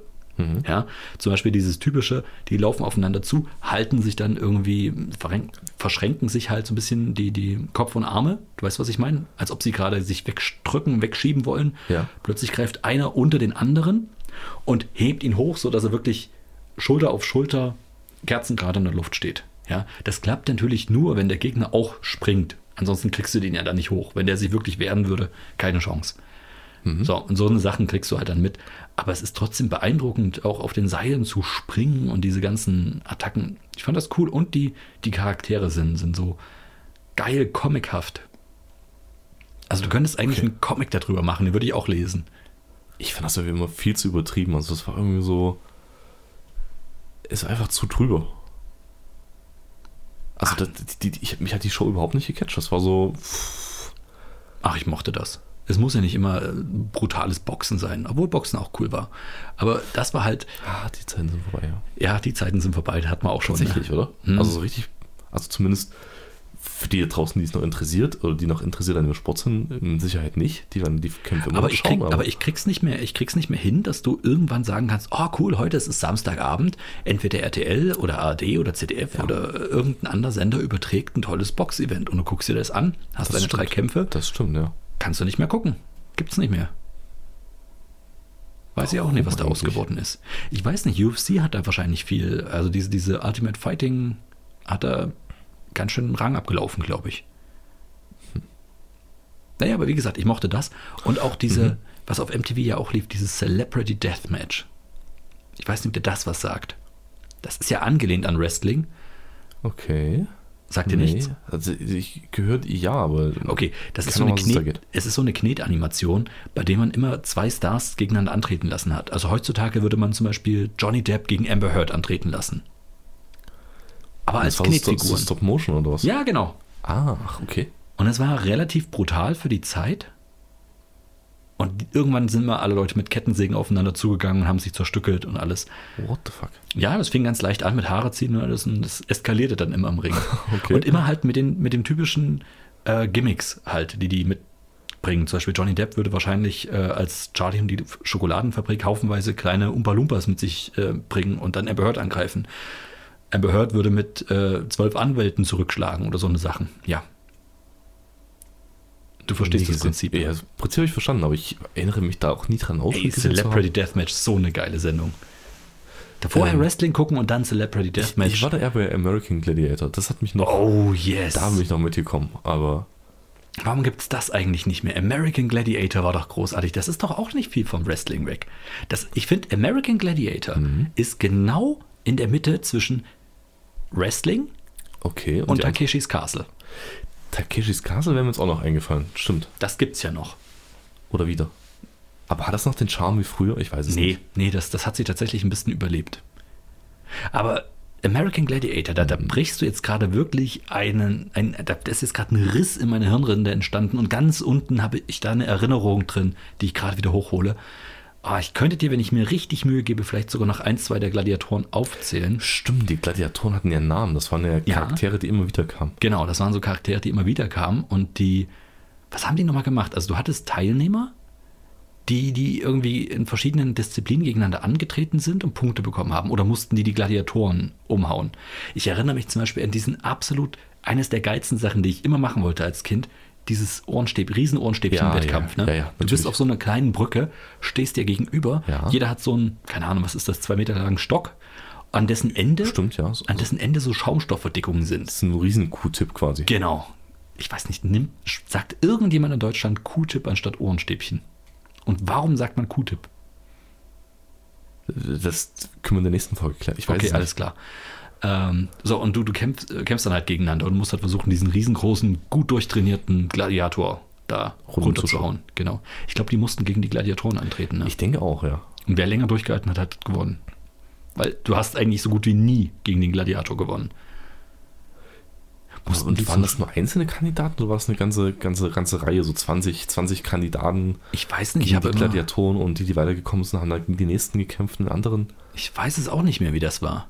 S1: Ja, zum Beispiel dieses typische, die laufen aufeinander zu, halten sich dann irgendwie, verrenk- verschränken sich halt so ein bisschen die, die Kopf und Arme. Du weißt, was ich meine? Als ob sie gerade sich wegdrücken, wegschieben wollen.
S2: Ja.
S1: Plötzlich greift einer unter den anderen und hebt ihn hoch, sodass er wirklich Schulter auf Schulter kerzengerade in der Luft steht. Ja, das klappt natürlich nur, wenn der Gegner auch springt. Ansonsten kriegst du den ja dann nicht hoch. Wenn der sich wirklich wehren würde, keine Chance. So, und so eine Sachen kriegst du halt dann mit. Aber es ist trotzdem beeindruckend, auch auf den Seilen zu springen und diese ganzen Attacken. Ich fand das cool. Und die, die Charaktere sind, sind so geil comichaft. Also du könntest eigentlich
S2: Okay.
S1: einen Comic darüber machen, den würde ich auch lesen.
S2: ich fand das irgendwie immer viel zu übertrieben. Also das war irgendwie so. Ist einfach zu drüber. Also
S1: Ah.
S2: das, die, die, ich, mich hat die Show überhaupt nicht gecatcht. Das war so.
S1: Ach, ich mochte das. Es muss ja nicht immer äh, brutales Boxen sein, obwohl Boxen auch cool war. Aber das war halt,
S2: Ah, die Zeiten sind vorbei, ja.
S1: ja, die Zeiten sind vorbei, da hat man auch schon. ne?
S2: Tatsächlich, oder?
S1: Hm.
S2: Also so richtig. Also zumindest für die da draußen, die es noch interessiert, oder die noch interessiert an dem Sport sind, mit Sicherheit nicht. Die werden die Kämpfe immer
S1: Aber
S2: noch
S1: ich,
S2: schauen,
S1: krieg, aber ich krieg's nicht mehr, ich krieg's nicht mehr hin, dass du irgendwann sagen kannst, oh cool, heute ist es Samstagabend, entweder RTL oder ARD oder ZDF oder äh, irgendein anderer Sender überträgt ein tolles Boxevent und du guckst dir das an, hast
S2: Das
S1: deine drei
S2: stimmt.
S1: Kämpfe,
S2: Das stimmt, ja.
S1: kannst du nicht mehr gucken. Gibt's nicht mehr. Weiß ich auch nicht, was da
S2: Warum
S1: ausgeworden geworden ist. Ich weiß nicht, UFC hat da wahrscheinlich viel, also diese, diese Ultimate Fighting hat da ganz schön einen Rang abgelaufen, glaube ich. Naja, aber wie gesagt, ich mochte das. Und auch diese, was auf MTV ja auch lief, dieses Celebrity Deathmatch. Ich weiß nicht, ob dir das was sagt. Das ist ja angelehnt an Wrestling.
S2: Okay.
S1: Sagt dir
S2: Nee.
S1: nichts?
S2: Also ich gehört ja, aber.
S1: Okay, das ist so
S2: Keine
S1: eine
S2: Ahnung, was es da
S1: Knet,
S2: geht.
S1: es ist so eine Knetanimation, bei der man immer zwei Stars gegeneinander antreten lassen hat. Also heutzutage würde man zum Beispiel Johnny Depp gegen Amber Heard antreten lassen. Aber als
S2: das war so- so
S1: Knetfiguren.
S2: Stop Motion oder was? Ah,
S1: Ja, genau.
S2: Ach, okay.
S1: Und das war relativ brutal für die Zeit. Und irgendwann sind mal alle Leute mit Kettensägen aufeinander zugegangen und haben sich zerstückelt und alles.
S2: What the fuck?
S1: Ja, das fing ganz leicht an mit Haare ziehen und alles und das eskalierte dann immer im Ring.
S2: Okay.
S1: Und immer halt mit den, mit den typischen äh, Gimmicks halt, die die mitbringen. Zum Beispiel Johnny Depp würde wahrscheinlich äh, als Charlie und die Schokoladenfabrik haufenweise kleine Oompa Loompas mit sich äh, bringen und dann Amber Heard angreifen. Amber Heard würde mit äh, zwölf Anwälten zurückschlagen oder so eine Sachen. Ja. Du verstehst
S2: Nee,
S1: das Prinzip.
S2: Ja, das Prinzip habe ich verstanden, aber ich erinnere mich da auch nie dran aus.
S1: Ey, Celebrity Deathmatch, so eine geile Sendung. Davor
S2: Ähm,
S1: Wrestling gucken und dann Celebrity
S2: Ich,
S1: Deathmatch.
S2: ich war da eher bei American Gladiator. Das hat mich noch.
S1: Oh yes.
S2: Da bin ich noch mitgekommen, aber.
S1: Warum gibt es das eigentlich nicht mehr? American Gladiator war doch großartig. Das ist doch auch nicht viel vom Wrestling weg. Das, ich finde, American Gladiator ist genau in der Mitte zwischen Wrestling
S2: Okay. Und,
S1: und
S2: die anderen-
S1: Takeshis Castle.
S2: Takeshis Castle wäre mir jetzt auch noch eingefallen. Stimmt.
S1: Das gibt's ja noch.
S2: Oder wieder. Aber hat das noch den Charme wie früher? Ich weiß es
S1: Nee,
S2: nicht.
S1: nee, das, das hat sie tatsächlich ein bisschen überlebt. Aber American Gladiator, da, da brichst du jetzt gerade wirklich einen, einen da ist jetzt gerade ein Riss in meine Hirnrinde entstanden und ganz unten habe ich da eine Erinnerung drin, die ich gerade wieder hochhole. Ah, ich könnte dir, wenn ich mir richtig Mühe gebe, vielleicht sogar noch ein, zwei der Gladiatoren aufzählen.
S2: Stimmt, die Gladiatoren hatten ja einen Namen. Das waren ja Charaktere, die immer wieder kamen.
S1: Genau, das waren so Charaktere, die immer wieder kamen und die, was haben die nochmal gemacht? Also du hattest Teilnehmer, die, die irgendwie in verschiedenen Disziplinen gegeneinander angetreten sind und Punkte bekommen haben oder mussten die die Gladiatoren umhauen. Ich erinnere mich zum Beispiel an diesen absolut, eines der geilsten Sachen, die ich immer machen wollte als Kind, dieses Ohrenstäb, Riesen-Ohrenstäbchen-Wettkampf.
S2: Ja, ja,
S1: ne?
S2: ja, ja,
S1: du bist
S2: natürlich.
S1: auf so einer kleinen Brücke, stehst dir gegenüber,
S2: Ja.
S1: jeder hat so einen, keine Ahnung, was ist das, zwei Meter langen Stock, an dessen Ende,
S2: Stimmt, ja. So,
S1: an dessen Ende so Schaumstoffverdickungen sind.
S2: das ist ein riesen Q-Tipp quasi.
S1: Genau. Ich weiß nicht, nimmt, sagt irgendjemand in Deutschland Q-Tip anstatt Ohrenstäbchen? Und warum sagt man Q-Tip?
S2: Das können wir in der nächsten Folge klären. Ich weiß
S1: Okay,
S2: es
S1: alles klar. Ähm, so, und du, du kämpfst, äh, kämpfst dann halt gegeneinander und musst halt versuchen, diesen riesengroßen, gut durchtrainierten Gladiator da
S2: Runterzuhauen.
S1: runterzuhauen. Genau. Ich glaube, die mussten gegen die Gladiatoren antreten. Ne?
S2: Ich denke auch, ja.
S1: Und wer länger durchgehalten hat, hat gewonnen. Weil du hast eigentlich so gut wie nie gegen den Gladiator gewonnen. Mussten die
S2: Und waren
S1: zum-
S2: das nur einzelne Kandidaten oder war das eine ganze, ganze, ganze Reihe, so 20, 20 Kandidaten,
S1: ich weiß nicht, ich,
S2: gegen
S1: habe
S2: die
S1: immer,
S2: Gladiatoren und die, die weitergekommen sind, haben dann gegen die nächsten gekämpft und den anderen.
S1: ich weiß es auch nicht mehr, wie das war.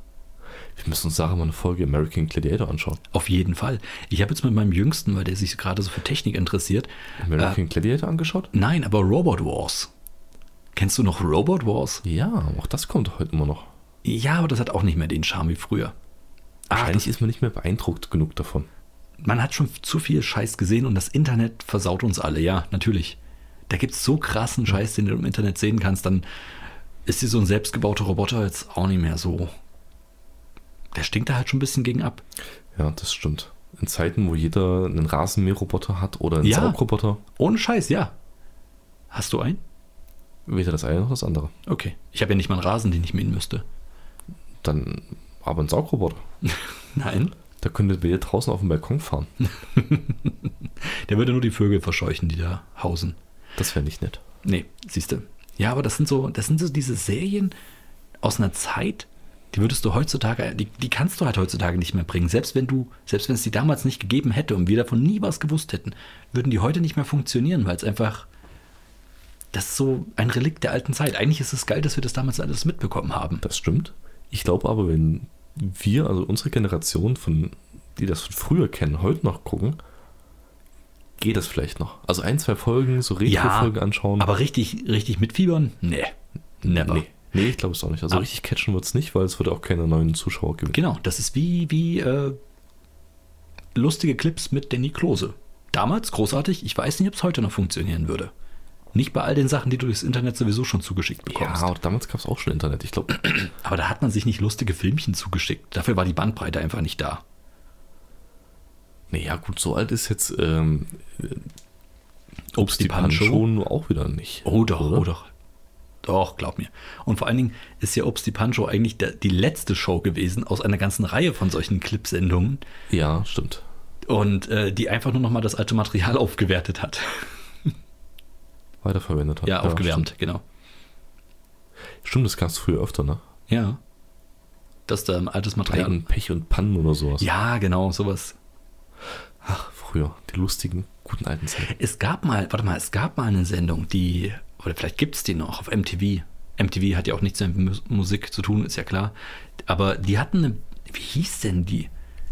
S2: Wir müssen uns nachher mal eine Folge American Gladiator anschauen.
S1: Auf jeden Fall. Ich habe jetzt mit meinem Jüngsten, weil der sich gerade so für Technik interessiert, äh,
S2: American Gladiator angeschaut?
S1: nein, aber Robot Wars. Kennst du noch Robot Wars?
S2: Ja, auch das kommt heute immer noch.
S1: Ja, aber das hat auch nicht mehr den Charme wie früher. Ach,
S2: Wahrscheinlich ist man nicht mehr beeindruckt genug davon.
S1: man hat schon zu viel Scheiß gesehen und das Internet versaut uns alle, ja, natürlich. Da gibt es so krassen Scheiß, den du im Internet sehen kannst, dann ist dir so ein selbstgebauter Roboter jetzt auch nicht mehr so. Der stinkt da halt schon ein bisschen gegen ab.
S2: Ja, das stimmt. In Zeiten, wo jeder einen Rasenmäherroboter hat oder einen
S1: Ja.
S2: Saugroboter,
S1: Ohne Scheiß, ja. Hast du einen?
S2: weder das eine noch das andere.
S1: Okay. Ich habe ja nicht mal einen Rasen, den ich mähen müsste.
S2: Dann aber einen Saugroboter.
S1: Nein.
S2: Da könntet ihr draußen auf dem Balkon fahren.
S1: Der würde nur die Vögel verscheuchen, die da hausen.
S2: Das wäre nicht nett.
S1: Nee, siehst du. Ja, aber das sind so, das sind so diese Serien aus einer Zeit, die würdest du heutzutage, die, die kannst du halt heutzutage nicht mehr bringen. Selbst wenn du, selbst wenn es die damals nicht gegeben hätte und wir davon nie was gewusst hätten, würden die heute nicht mehr funktionieren, weil es einfach. Das ist so ein Relikt der alten Zeit. Eigentlich ist es geil, dass wir das damals alles mitbekommen haben.
S2: Das stimmt. Ich glaube aber, wenn wir, also unsere Generation, von, die das von früher kennen, heute noch gucken, geht das vielleicht noch. Also ein, zwei Folgen, so Retro-Folgen anschauen.
S1: aber richtig, richtig mitfiebern? Nee. Never.
S2: nee. nee, ich glaube es auch nicht. Also
S1: Aber-
S2: richtig catchen wird es nicht, weil es würde auch keine neuen Zuschauer geben.
S1: Genau, das ist wie, wie äh, lustige Clips mit Danny Klose. Damals großartig, ich weiß nicht, ob es heute noch funktionieren würde. Nicht bei all den Sachen, die du durchs Internet sowieso schon zugeschickt bekommst.
S2: Ja, aber damals gab es auch schon Internet. Ich glaube,
S1: Aber da hat man sich nicht lustige Filmchen zugeschickt. Dafür war die Bandbreite einfach nicht da.
S2: naja, gut, so alt ist jetzt ähm,
S1: Obst
S2: die Pancho nur auch wieder nicht.
S1: Oh doch, oh doch. Doch, glaub mir. Und vor allen Dingen ist ja Obst die Pancho eigentlich der, die letzte Show gewesen aus einer ganzen Reihe von solchen Clipsendungen
S2: Ja, stimmt.
S1: und äh, die einfach nur nochmal das alte Material aufgewertet hat.
S2: Weiterverwendet hat.
S1: Ja, aufgewärmt, genau.
S2: Stimmt, stimmt das gab es früher öfter, ne?
S1: Ja. Dass da altes
S2: Drei
S1: Material.
S2: und Pech und Pannen oder sowas.
S1: Ja, genau, sowas.
S2: Ach, früher. Die lustigen, guten alten Zeiten.
S1: Es gab mal, warte mal, es gab mal eine Sendung, die, oder vielleicht gibt es die noch auf MTV. MTV hat ja auch nichts mehr mit Mus- Musik zu tun, ist ja klar. Aber die hatten eine, wie hieß denn die?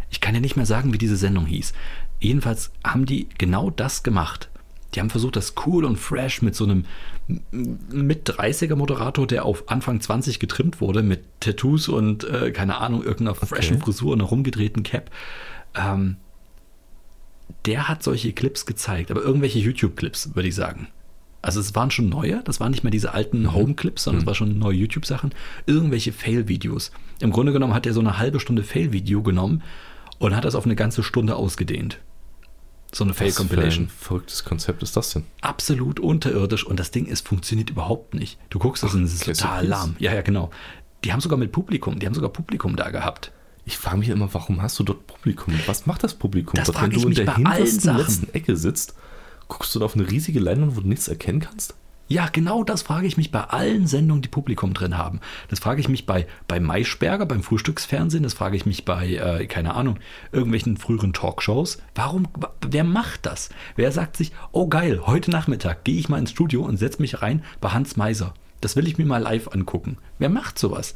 S1: Ich kann ja nicht mehr sagen, wie diese Sendung hieß. Jedenfalls haben die genau das gemacht. Die haben versucht, das cool und fresh mit so einem mit 30er Moderator, der auf Anfang 20 getrimmt wurde, mit Tattoos und äh, keine Ahnung, irgendeiner freshen Frisur und einer rumgedrehten Cap. Ähm, der hat solche Clips gezeigt, aber irgendwelche YouTube-Clips, würde ich sagen. Also es waren schon neue, das waren nicht mehr diese
S2: Mhm.
S1: alten Home-Clips, sondern es war schon neue YouTube-Sachen, irgendwelche Fail-Videos. Im Grunde genommen hat er so eine halbe Stunde Fail-Video genommen und hat das auf eine ganze Stunde ausgedehnt. So eine
S2: Was für ein
S1: Fail-Compilation.
S2: verrücktes Konzept ist das denn?
S1: Absolut unterirdisch und das Ding ist, funktioniert überhaupt nicht. Du guckst das und es ist
S2: Classic
S1: total
S2: Hits.
S1: lahm. Ja, ja, genau. Die haben sogar mit Publikum, die haben sogar Publikum da gehabt.
S2: Ich frage mich immer, warum hast du dort Publikum? Was macht das Publikum?
S1: Das
S2: dort?
S1: frag ich mich bei allen Sachen.
S2: letzten Ecke sitzt, guckst du da auf eine riesige Leinwand, wo du nichts erkennen kannst?
S1: Ja, genau das frage ich mich bei allen Sendungen, die Publikum drin haben. Das frage ich mich bei, bei Maischberger, beim Frühstücksfernsehen, das frage ich mich bei, äh, keine Ahnung, irgendwelchen früheren Talkshows. Warum, wa- wer macht das? Wer sagt sich, oh geil, heute Nachmittag gehe ich mal ins Studio und setze mich rein bei Hans Meiser. Das will ich mir mal live angucken. Wer macht sowas?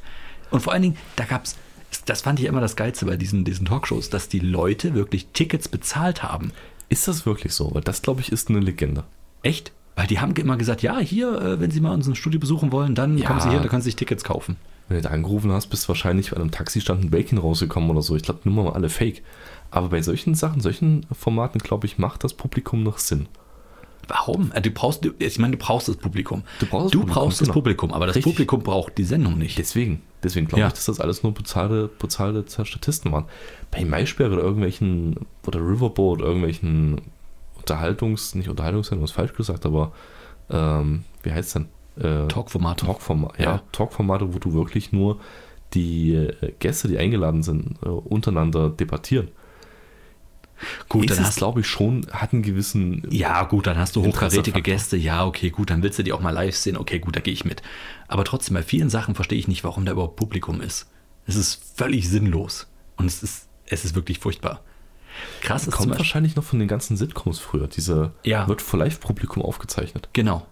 S1: Und vor allen Dingen, da gab es, das fand ich immer das Geilste bei diesen, diesen Talkshows, dass die Leute wirklich Tickets bezahlt haben.
S2: Ist das wirklich so? Weil das, glaube ich, ist eine Legende.
S1: Echt? Weil die haben immer gesagt, ja, hier, äh, wenn Sie mal unseren Studio besuchen wollen, dann
S2: Ja.
S1: kommen Sie hier, da können Sie sich Tickets kaufen.
S2: Wenn du da angerufen hast, bist du wahrscheinlich bei einem Taxistand ein Bacon rausgekommen oder so. Ich glaube, nur mal alle fake. Aber bei solchen Sachen, solchen Formaten, glaube ich, macht das Publikum noch Sinn.
S1: Warum? Äh, Du brauchst, du- ich meine, du brauchst das Publikum.
S2: Du brauchst das
S1: das, Publikum,
S2: Publikum, genau.
S1: aber das
S2: Richtig.
S1: Publikum braucht die Sendung nicht.
S2: Deswegen, deswegen glaube
S1: Ja.
S2: ich, dass das alles nur bezahlte, bezahlte Statisten waren. Bei Maisperre oder irgendwelchen, oder Riverboat, irgendwelchen Unterhaltungs-, nicht Unterhaltungssendungen, ist falsch gesagt, aber ähm, wie heißt denn? Äh,
S1: Talkformat.
S2: Talkformate, ja,
S1: Ja.
S2: Talkformate, wo du wirklich nur die äh, Gäste, die eingeladen sind, äh, untereinander debattieren.
S1: Gut,
S2: ist
S1: dann
S2: es,
S1: hast du.
S2: glaube ich, schon, hat einen gewissen.
S1: Ja, gut, dann hast du
S2: Interesse
S1: hochkarätige
S2: Faktor.
S1: Gäste. Ja, okay, gut, dann willst du die auch mal live sehen. Okay, gut, da gehe ich mit. Aber trotzdem, bei vielen Sachen verstehe ich nicht, warum da überhaupt Publikum ist. Es ist völlig sinnlos. Und es ist, es ist wirklich furchtbar. Krass ist zum
S2: Kommt
S1: Beispiel.
S2: wahrscheinlich noch von den ganzen Sitcoms früher. Diese
S1: Ja.
S2: wird vor Live-Publikum aufgezeichnet.
S1: Genau.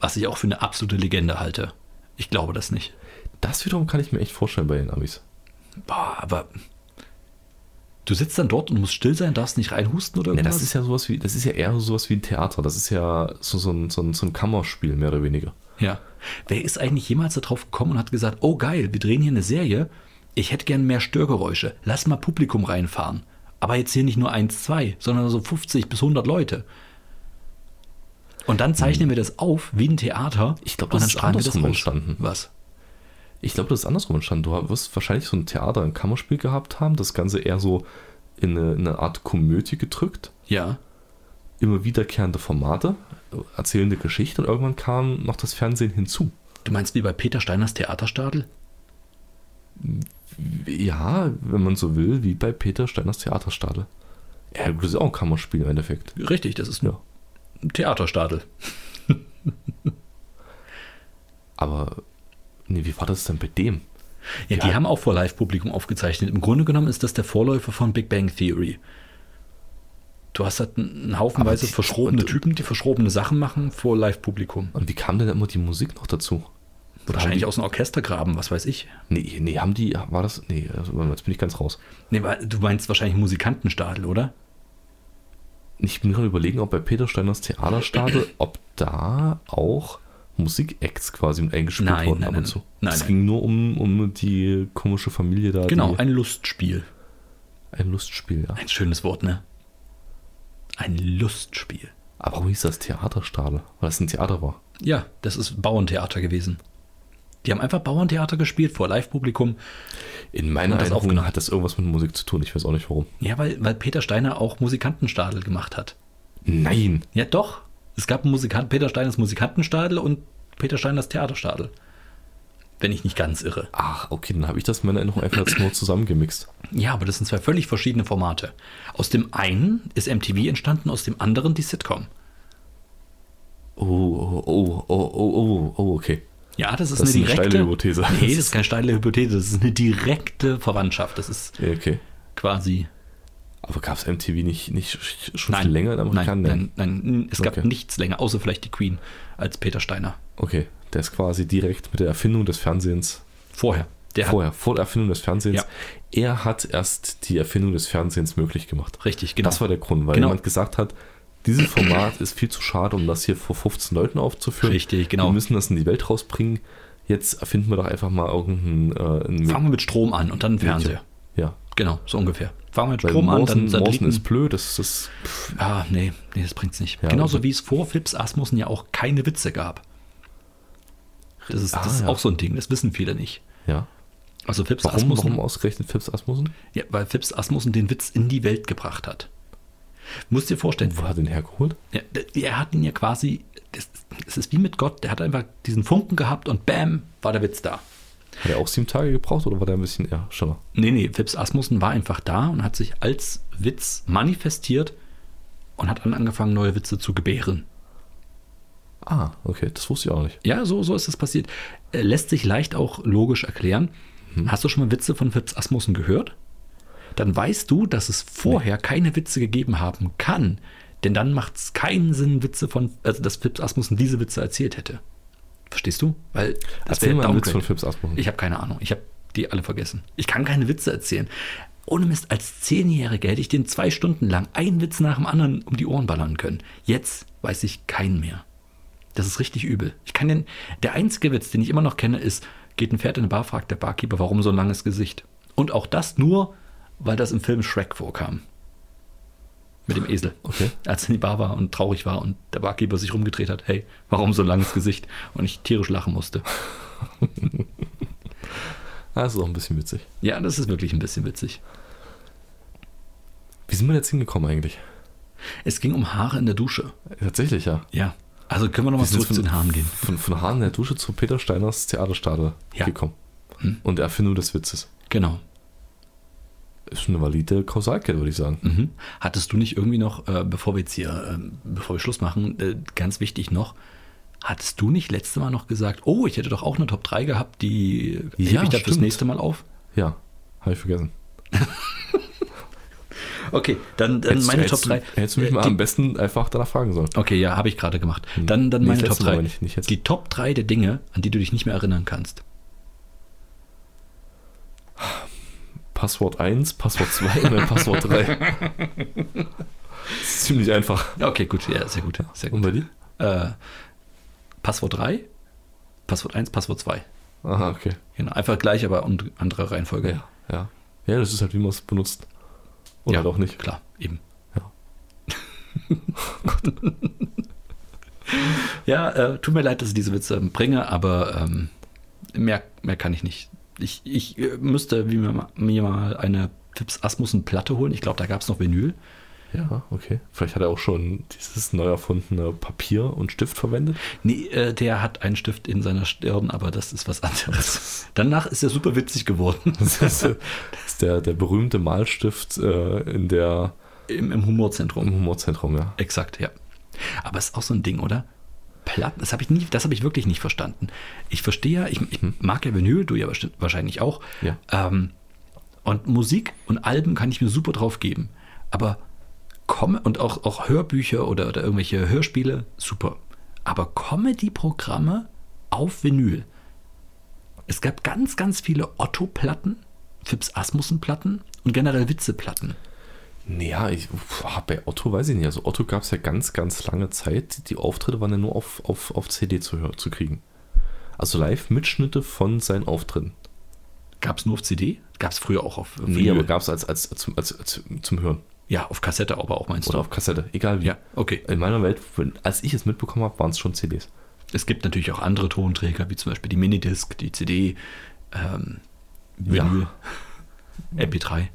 S1: Was ich auch für eine absolute Legende halte. Ich glaube das nicht.
S2: Das wiederum kann ich mir echt vorstellen bei den Amis.
S1: Boah, aber. Du sitzt dann dort und musst still sein, darfst nicht reinhusten oder
S2: Ja,
S1: irgendwas?
S2: Ne, das ist ja sowas wie, das ist ja eher sowas wie ein Theater. Das ist ja so, so, ein, so, ein, so ein Kammerspiel, mehr oder weniger.
S1: Ja. Wer ist eigentlich jemals darauf gekommen und hat gesagt, oh geil, wir drehen hier eine Serie, ich hätte gern mehr Störgeräusche, lass mal Publikum reinfahren. Aber jetzt hier nicht nur eins, zwei, sondern so 50 bis 100 Leute. Und dann zeichnen wir das auf wie ein Theater.
S2: Hm. Ich
S1: und
S2: glaub, das
S1: dann
S2: ist
S1: strahlen wir
S2: andersrum
S1: aus.
S2: entstanden.
S1: Was?
S2: Ich glaube, das ist andersrum entstanden. Du wirst wahrscheinlich so ein Theater, ein Kammerspiel gehabt haben, das Ganze eher so in eine, in eine Art Komödie gedrückt.
S1: Ja.
S2: Immer wiederkehrende Formate, erzählende Geschichte und irgendwann kam noch das Fernsehen hinzu.
S1: Du meinst wie bei Peter Steiners Theaterstadel?
S2: Ja, wenn man so will, wie bei Peter Steiners Theaterstadel. Ja, gut, das ist auch ein Kammerspiel im Endeffekt.
S1: Richtig, das ist ein
S2: Ja.
S1: Theaterstadel.
S2: Aber, nee, wie war das denn bei dem?
S1: Ja, die
S2: Ja.
S1: haben auch vor Live-Publikum aufgezeichnet. Im Grunde genommen ist das der Vorläufer von Big Bang Theory. Du hast halt einen Haufenweise
S2: die-
S1: verschrobene
S2: und-
S1: Typen, die verschrobene Sachen machen vor Live-Publikum.
S2: Und wie kam denn immer die Musik noch dazu? Oder
S1: Wahrscheinlich
S2: haben
S1: aus einem Orchestergraben, was weiß ich.
S2: die, Nee, nee, haben die, war das, nee, also, warte mal, jetzt bin ich ganz raus.
S1: Nee, weil- du meinst wahrscheinlich Musikantenstadel, oder?
S2: Ich bin gerade überlegen, ob bei Peter Steiners Theaterstadel, ob da auch Musikacts quasi mit eingespielt
S1: Nein,
S2: wurden
S1: nein,
S2: ab
S1: nein,
S2: und zu.
S1: nein,
S2: es
S1: nein.
S2: ging nur um, um die komische Familie da.
S1: Genau,
S2: Die,
S1: ein Lustspiel.
S2: ein Lustspiel, ja.
S1: Ein schönes Wort, ne? Ein Lustspiel.
S2: Aber warum hieß das Theaterstadel? Weil es ein Theater war.
S1: Ja, das ist Bauerntheater gewesen. Die haben einfach Bauerntheater gespielt vor Live-Publikum.
S2: In meiner
S1: Und das auch
S2: Erinnerung
S1: genau.
S2: hat das irgendwas mit Musik zu tun. Ich weiß auch nicht warum.
S1: Ja, weil, weil Peter Steiner auch Musikantenstadel gemacht hat.
S2: Nein.
S1: Ja, doch. Es gab einen Musikant, Peter Steiners Musikantenstadel und Peter Steiners Theaterstadel. Wenn ich nicht ganz irre.
S2: Ach, okay, dann habe ich das in meiner Erinnerung einfach jetzt nur zusammengemixt.
S1: Ja, aber das sind zwei völlig verschiedene Formate. Aus dem einen ist MTV entstanden, aus dem anderen die Sitcom.
S2: Oh, oh, oh, oh, oh, oh, oh, okay.
S1: Ja, das ist
S2: Das ist
S1: eine
S2: eine
S1: direkte.
S2: steile Hypothese.
S1: Nee, das ist keine steile Hypothese, das ist eine direkte Verwandtschaft. Das ist
S2: Ja, Okay.
S1: quasi.
S2: Aber gab es MTV nicht, nicht schon
S1: Nein,
S2: viel länger in Amerika?
S1: nein, nein, nein, es gab
S2: Okay.
S1: nichts länger, außer vielleicht die Queen als Peter Steiner.
S2: Okay, der ist quasi direkt mit der Erfindung des Fernsehens, Oh
S1: Vorher. Der hat
S2: vorher, vor der Erfindung des Fernsehens,
S1: Ja.
S2: er hat erst die Erfindung des Fernsehens möglich gemacht.
S1: Richtig, genau.
S2: Das war der Grund, weil
S1: Genau.
S2: jemand gesagt hat, dieses Format ist viel zu schade, um das hier vor 15 Leuten aufzuführen.
S1: Richtig, genau.
S2: Wir müssen das in die Welt rausbringen. Jetzt erfinden wir doch einfach mal irgendeinen äh, einen
S1: Fangen wir mit Strom an und dann Fernseher.
S2: Ja,
S1: Genau, so ungefähr. Fangen wir mit
S2: weil
S1: Strom an,
S2: Morsen,
S1: dann
S2: Morsen
S1: Satelliten.
S2: ist blöd, das, das
S1: Ah, nee, nee, das bringt's nicht.
S2: Ja,
S1: Genauso
S2: also-
S1: wie es vor Fips Asmussen ja auch keine Witze gab. Das ist,
S2: Ah,
S1: das ist
S2: ja.
S1: auch so ein Ding, das wissen viele nicht.
S2: ja.
S1: Also Fips
S2: Warum,
S1: Asmussen,
S2: warum ausgerechnet Fips Asmussen?
S1: Ja, weil Fips Asmussen den Witz in die Welt gebracht hat. Musst dir vorstellen,
S2: Wo hat er den hergeholt?
S1: ja, d- er hat ihn ja quasi, das, das ist wie mit Gott, der hat einfach diesen Funken gehabt und bam, war der Witz da.
S2: Hat er auch sieben Tage gebraucht oder war der ein bisschen eher schneller?
S1: Nee, nee, Fips Asmussen war einfach da und hat sich als Witz manifestiert und hat dann angefangen, neue Witze zu gebären.
S2: Ah, okay, das wusste ich auch nicht.
S1: Ja, so, so ist das passiert. Äh, Lässt sich leicht auch logisch erklären.
S2: Mhm.
S1: Hast du schon mal Witze von Fips Asmussen gehört? Dann weißt du, dass es vorher keine Witze gegeben haben kann. Denn dann macht es keinen Sinn, Witze von, also dass Fips Asmussen diese Witze erzählt hätte. Verstehst du? Weil das
S2: Erzähl
S1: wäre
S2: mal einen Witz
S1: Downgrade.
S2: von Fips Asmussen.
S1: Ich habe keine Ahnung. Ich habe die alle vergessen. Ich kann keine Witze erzählen. Ohne Mist, als Zehnjähriger hätte ich den zwei Stunden lang einen Witz nach dem anderen um die Ohren ballern können. Jetzt weiß ich keinen mehr. Das ist richtig übel. Ich kann den, der einzige Witz, den ich immer noch kenne, ist, geht ein Pferd in eine Bar, fragt der Barkeeper, warum so ein langes Gesicht. Und auch das nur, weil das im Film Shrek vorkam. Mit dem Esel.
S2: Okay.
S1: Als er in die Bar war und traurig war und der Barkeeper sich rumgedreht hat, hey, warum so ein langes Gesicht? Und ich tierisch lachen musste.
S2: Ah, das ist auch ein bisschen witzig.
S1: Ja, das ist wirklich ein bisschen witzig.
S2: Wie sind wir jetzt hingekommen eigentlich? Äh,
S1: Es ging um Haare in der Dusche.
S2: Tatsächlich, ja.
S1: Ja. Also können wir nochmal
S2: Wir sind
S1: zurück zu den Haaren gehen.
S2: Von, von Haaren in der Dusche zu Peter Steiners Theaterstadel
S1: Ja. Hm.
S2: gekommen. Und der Erfindung des Witzes.
S1: Genau.
S2: Ist eine valide Kausalkette, würde ich sagen.
S1: Mhm. Hattest du nicht irgendwie noch, äh, bevor wir jetzt hier, ähm, bevor wir Schluss machen, äh, ganz wichtig noch, hattest du nicht letzte Mal noch gesagt, oh, ich hätte doch auch eine Top 3 gehabt, die
S2: Ja,
S1: hebe ich dann fürs
S2: stimmt.
S1: nächste Mal auf?
S2: Ja, habe ich vergessen.
S1: Okay, dann, dann meine Top Äh, 3.
S2: Du, hättest du mich mal am besten einfach danach fragen sollen.
S1: Okay, ja, habe ich gerade gemacht. Dann, dann
S2: Nee,
S1: meine Top
S2: das letzte Mal
S1: 3.
S2: nicht, nicht jetzt.
S1: Die Top 3 der Dinge, an die du dich nicht mehr erinnern kannst.
S2: Passwort 1, Passwort 2 und dann Passwort 3. Das ist ziemlich einfach.
S1: Okay, gut, ja, sehr gut. Sehr
S2: Und
S1: gut.
S2: bei dir?
S1: Äh, Passwort 3, Passwort 1, Passwort 2.
S2: Aha, okay.
S1: Genau, einfach gleich, aber und andere Reihenfolge.
S2: Ja, ja. Ja, das ist halt, wie man es benutzt. Oder
S1: Ja.
S2: halt auch nicht.
S1: Klar, eben.
S2: Ja.
S1: ja, äh, tut mir leid, dass ich diese Witze bringe, aber ähm, mehr, mehr kann ich nicht. Ich, ich äh, müsste wie mir, ma- mir mal eine Pips Asmussen Platte holen. Ich glaube, da gab es noch Vinyl.
S2: Ja, Ah, okay. Vielleicht hat er auch schon dieses neu erfundene Papier und Stift verwendet.
S1: Nee, äh, der hat einen Stift in seiner Stirn, aber das ist was anderes. Danach ist er super witzig geworden.
S2: Das ist, äh, das ist der, der berühmte Malstift äh, in der,
S1: Im, im Humorzentrum.
S2: im Humorzentrum, ja.
S1: Exakt, ja. Aber ist auch so ein Ding, oder? Platten, das habe ich nie, das habe ich wirklich nicht verstanden. Ich verstehe ja, ich, ich mag ja Vinyl, du ja besti- wahrscheinlich auch.
S2: Ja.
S1: Ähm, und Musik und Alben kann ich mir super drauf geben. Aber Com und auch, auch Hörbücher oder, oder irgendwelche Hörspiele, super. Aber Comedy-Programme auf Vinyl. Es gab ganz, ganz viele Otto-Platten, Fips Asmussen-Platten und generell Witze-Platten.
S2: Naja, ich, boah, bei Otto weiß ich nicht. Also Otto gab es ja ganz, ganz lange Zeit. Die Auftritte waren ja nur auf, auf, auf CD zu, hör- zu kriegen. Also Live-Mitschnitte von seinen Auftritten.
S1: Gab es nur auf CD? Gab es früher auch auf
S2: Nee, aber gab es als, als, als, als, als zum Hören.
S1: Ja, auf Kassette aber auch meinst
S2: Oder
S1: du.
S2: auf Kassette. Egal wie.
S1: Ja, okay.
S2: In meiner Welt, wenn- als ich es mitbekommen habe, waren es schon CDs.
S1: Es gibt natürlich auch andere Tonträger, wie zum Beispiel die Minidisc, die CD, ähm, Vinyl, MP3.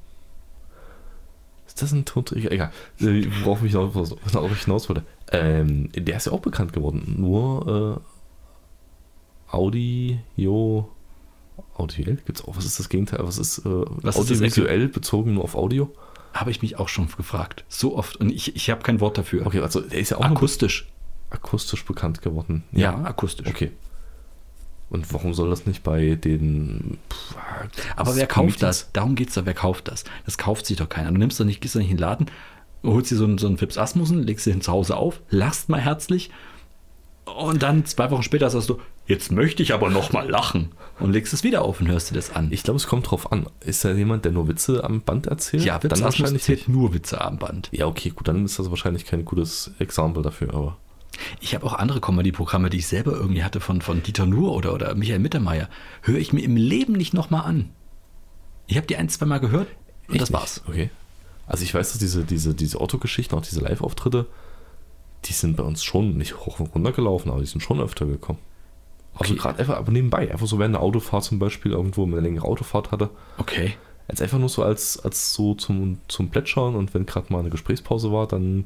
S2: Ist das ein Tonträger? Egal. Äh, Worauf ich hinaus, worauf ich hinaus wollte. Ähm, der ist ja auch bekannt geworden. Nur äh, Audio. Audiell? Gibt's auch? Was ist das Gegenteil? Was ist, äh,
S1: Was ist das
S2: audiovisuell bezogen nur auf Audio?
S1: Habe ich mich auch schon gefragt. So oft. Und ich, ich habe kein Wort dafür.
S2: Okay, also der ist ja auch nur ne?
S1: Akustisch.
S2: akustisch bekannt geworden.
S1: Ja, akustisch.
S2: Okay. Und warum soll das nicht bei den. pff,
S1: Aber wer kauft das? Darum geht es doch. Wer kauft das? Das kauft sich doch keiner. Du nimmst doch nicht, gehst doch nicht in den Laden, holst dir so einen, so einen Fips Asmussen, legst den zu Hause auf, lachst mal herzlich. Und dann zwei Wochen später sagst du, jetzt möchte ich aber noch mal lachen. Und legst es wieder auf und hörst dir das an.
S2: Ich glaube, es kommt drauf an. Ist da jemand, der nur Witze am Band erzählt?
S1: Ja, Wips
S2: dann
S1: Asmussen
S2: wahrscheinlich
S1: zählt nur Witze am Band.
S2: Ja, okay, gut, dann ist das wahrscheinlich kein gutes Exempel dafür, aber.
S1: Ich habe auch andere Comedy-Programme, die ich selber irgendwie hatte, von, von Dieter Nuhr oder, oder Michael Mittermeier. Höre ich mir im Leben nicht nochmal an. Ich habe die ein, zweimal gehört und das
S2: Echt nicht?
S1: war's.
S2: Okay. Also ich weiß, dass diese, diese, diese Otto-Geschichten, auch diese Live-Auftritte, die sind bei uns schon nicht hoch und runter gelaufen, aber die sind schon öfter gekommen. Also
S1: Okay.
S2: gerade einfach, aber nebenbei, einfach so während der Autofahrt zum Beispiel, irgendwo, wenn man eine längere Autofahrt hatte,
S1: Okay.
S2: als einfach nur so als, als so zum, zum Plätschern und wenn gerade mal eine Gesprächspause war, dann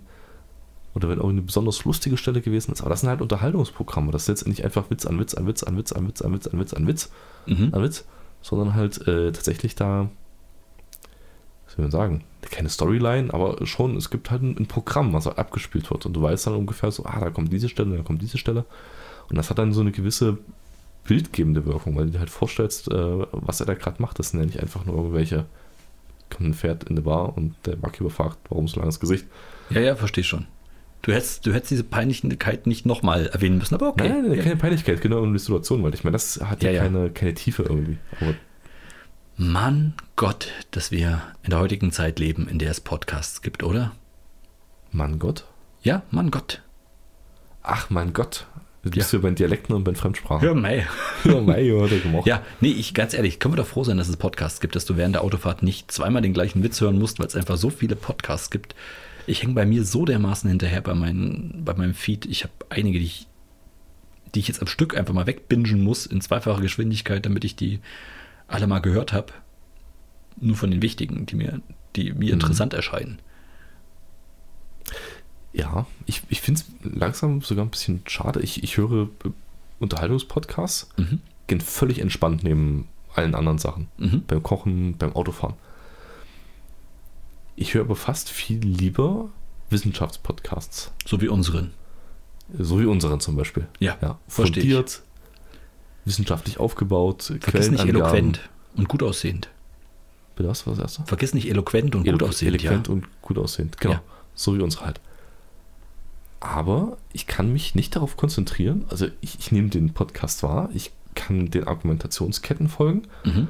S2: oder wenn auch eine besonders lustige Stelle gewesen ist. Aber das sind halt Unterhaltungsprogramme. Das ist jetzt nicht einfach Witz an Witz an Witz an Witz an Witz an Witz an Witz an Witz,
S1: Mhm.
S2: an Witz sondern halt äh, tatsächlich da, was soll man sagen, keine Storyline, aber schon, es gibt halt ein, ein Programm, was halt abgespielt wird. Und du weißt dann ungefähr so, ah, da kommt diese Stelle, da kommt diese Stelle. Und das hat dann so eine gewisse bildgebende Wirkung, weil du dir halt vorstellst, äh, was er da gerade macht. Das sind ja nicht einfach nur irgendwelche, kommt ein Pferd in eine Bar und der Barkeeper fragt, warum so langes Gesicht.
S1: Ja, ja, verstehe schon. Du hättest, du hättest diese Peinlichkeit nicht nochmal erwähnen müssen, aber okay.
S2: Nein, nein, keine Peinlichkeit, genau um die Situation, weil ich meine, das hat ja,
S1: Ja, ja.
S2: Keine, keine Tiefe irgendwie. Aber
S1: Mann Gott, dass wir in der heutigen Zeit leben, in der es Podcasts gibt, oder?
S2: mein Gott.
S1: Ja, Mann Gott.
S2: Ach, mein Gott. Du bist ja bei den Dialekten und bei den Fremdsprachen. Oh,
S1: Hör mal.
S2: Ja, mei, hat er gemacht.
S1: Ja, nee, ich ganz ehrlich, können wir doch froh sein, dass es Podcasts gibt, dass du während der Autofahrt nicht zweimal den gleichen Witz hören musst, weil es einfach so viele Podcasts gibt. Ich hänge bei mir so dermaßen hinterher bei, meinen, bei meinem Feed. Ich habe einige, die ich, die ich jetzt am Stück einfach mal wegbingen muss in zweifacher Geschwindigkeit, damit ich die alle mal gehört habe. Nur von den wichtigen, die mir, die mir interessant erscheinen.
S2: Ja, ich, ich finde es langsam sogar ein bisschen schade. Ich, ich höre äh, Unterhaltungspodcasts,
S1: Mhm.
S2: gehen völlig entspannt neben allen anderen Sachen.
S1: Mhm.
S2: Beim Kochen, beim Autofahren. Ich höre aber fast viel lieber Wissenschaftspodcasts.
S1: So wie unseren.
S2: So wie unseren zum Beispiel.
S1: Ja,
S2: Ja,
S1: verstehe ich.
S2: fundiert, wissenschaftlich aufgebaut,
S1: Vergiss nicht
S2: Quellenangaben.
S1: eloquent und gut aussehend.
S2: Bitte, was war das erste?
S1: Vergiss nicht eloquent und gut
S2: Elo-
S1: aussehend, ja.
S2: eloquent und gut aussehend. Genau.
S1: Ja.
S2: So wie unsere halt. Aber ich kann mich nicht darauf konzentrieren. Also ich, ich nehme den Podcast wahr, ich kann den Argumentationsketten folgen,
S1: Mhm.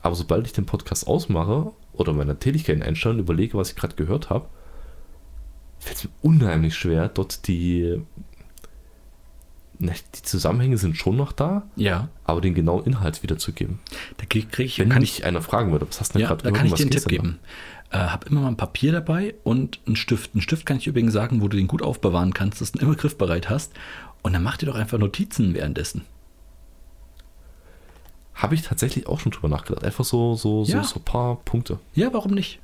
S2: aber sobald ich den Podcast ausmache oder meine Tätigkeiten einstelle und überlege, was ich gerade gehört habe, fällt es mir unheimlich schwer, dort die. Na, die Zusammenhänge sind schon noch da,
S1: Ja,
S2: aber den genauen Inhalt wiederzugeben.
S1: da krieg, krieg ich,
S2: Wenn
S1: kann ich,
S2: mich einer fragen würde, was hast du denn
S1: ja,
S2: gerade
S1: da kann ich
S2: was
S1: dir einen
S2: geht's
S1: Tipp
S2: denn da?
S1: geben. Äh, hab immer mal ein Papier dabei und einen Stift. Einen Stift kann ich übrigens sagen, wo du den gut aufbewahren kannst, dass du ihn immer griffbereit hast. Und dann mach dir doch einfach Notizen währenddessen.
S2: Habe ich tatsächlich auch schon drüber nachgedacht. Einfach so, so, so,
S1: Ja.
S2: so ein paar Punkte.
S1: Ja, warum nicht?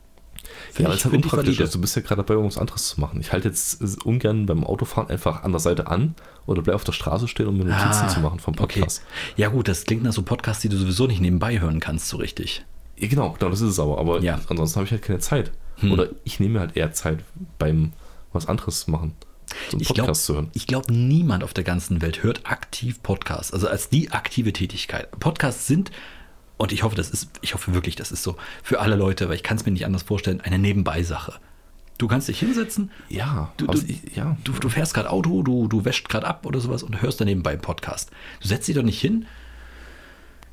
S2: Ja, aber es ist halt
S1: find
S2: unpraktisch.
S1: valide.
S2: Also du bist ja gerade dabei, irgendwas anderes zu machen. Ich halte jetzt äh, ungern beim Autofahren einfach an der Seite an oder bleib auf der Straße stehen, um mir Notizen
S1: Ah,
S2: zu machen vom Podcast.
S1: Okay. Ja, gut, das klingt nach so Podcasts, die du sowieso nicht nebenbei hören kannst, so richtig.
S2: Ja, genau, genau, das ist es aber. Aber
S1: Ja. Hm.
S2: ansonsten habe ich halt keine Zeit. Oder ich nehme mir halt eher Zeit beim was anderes machen. So einen
S1: Ich glaube,
S2: Podcast zu hören.
S1: glaub, niemand auf der ganzen Welt hört aktiv Podcasts, also als die aktive Tätigkeit. Podcasts sind, und ich hoffe, das ist, ich hoffe wirklich, das ist so für alle Leute, weil ich kann es mir nicht anders vorstellen, eine Nebenbeisache. Du kannst dich hinsetzen,
S2: Ja,
S1: Du-
S2: aber
S1: du-
S2: ich, ja.
S1: du, du fährst gerade Auto, du, du wäschst gerade ab oder sowas und hörst dann nebenbei einen Podcast. Du setzt dich doch nicht hin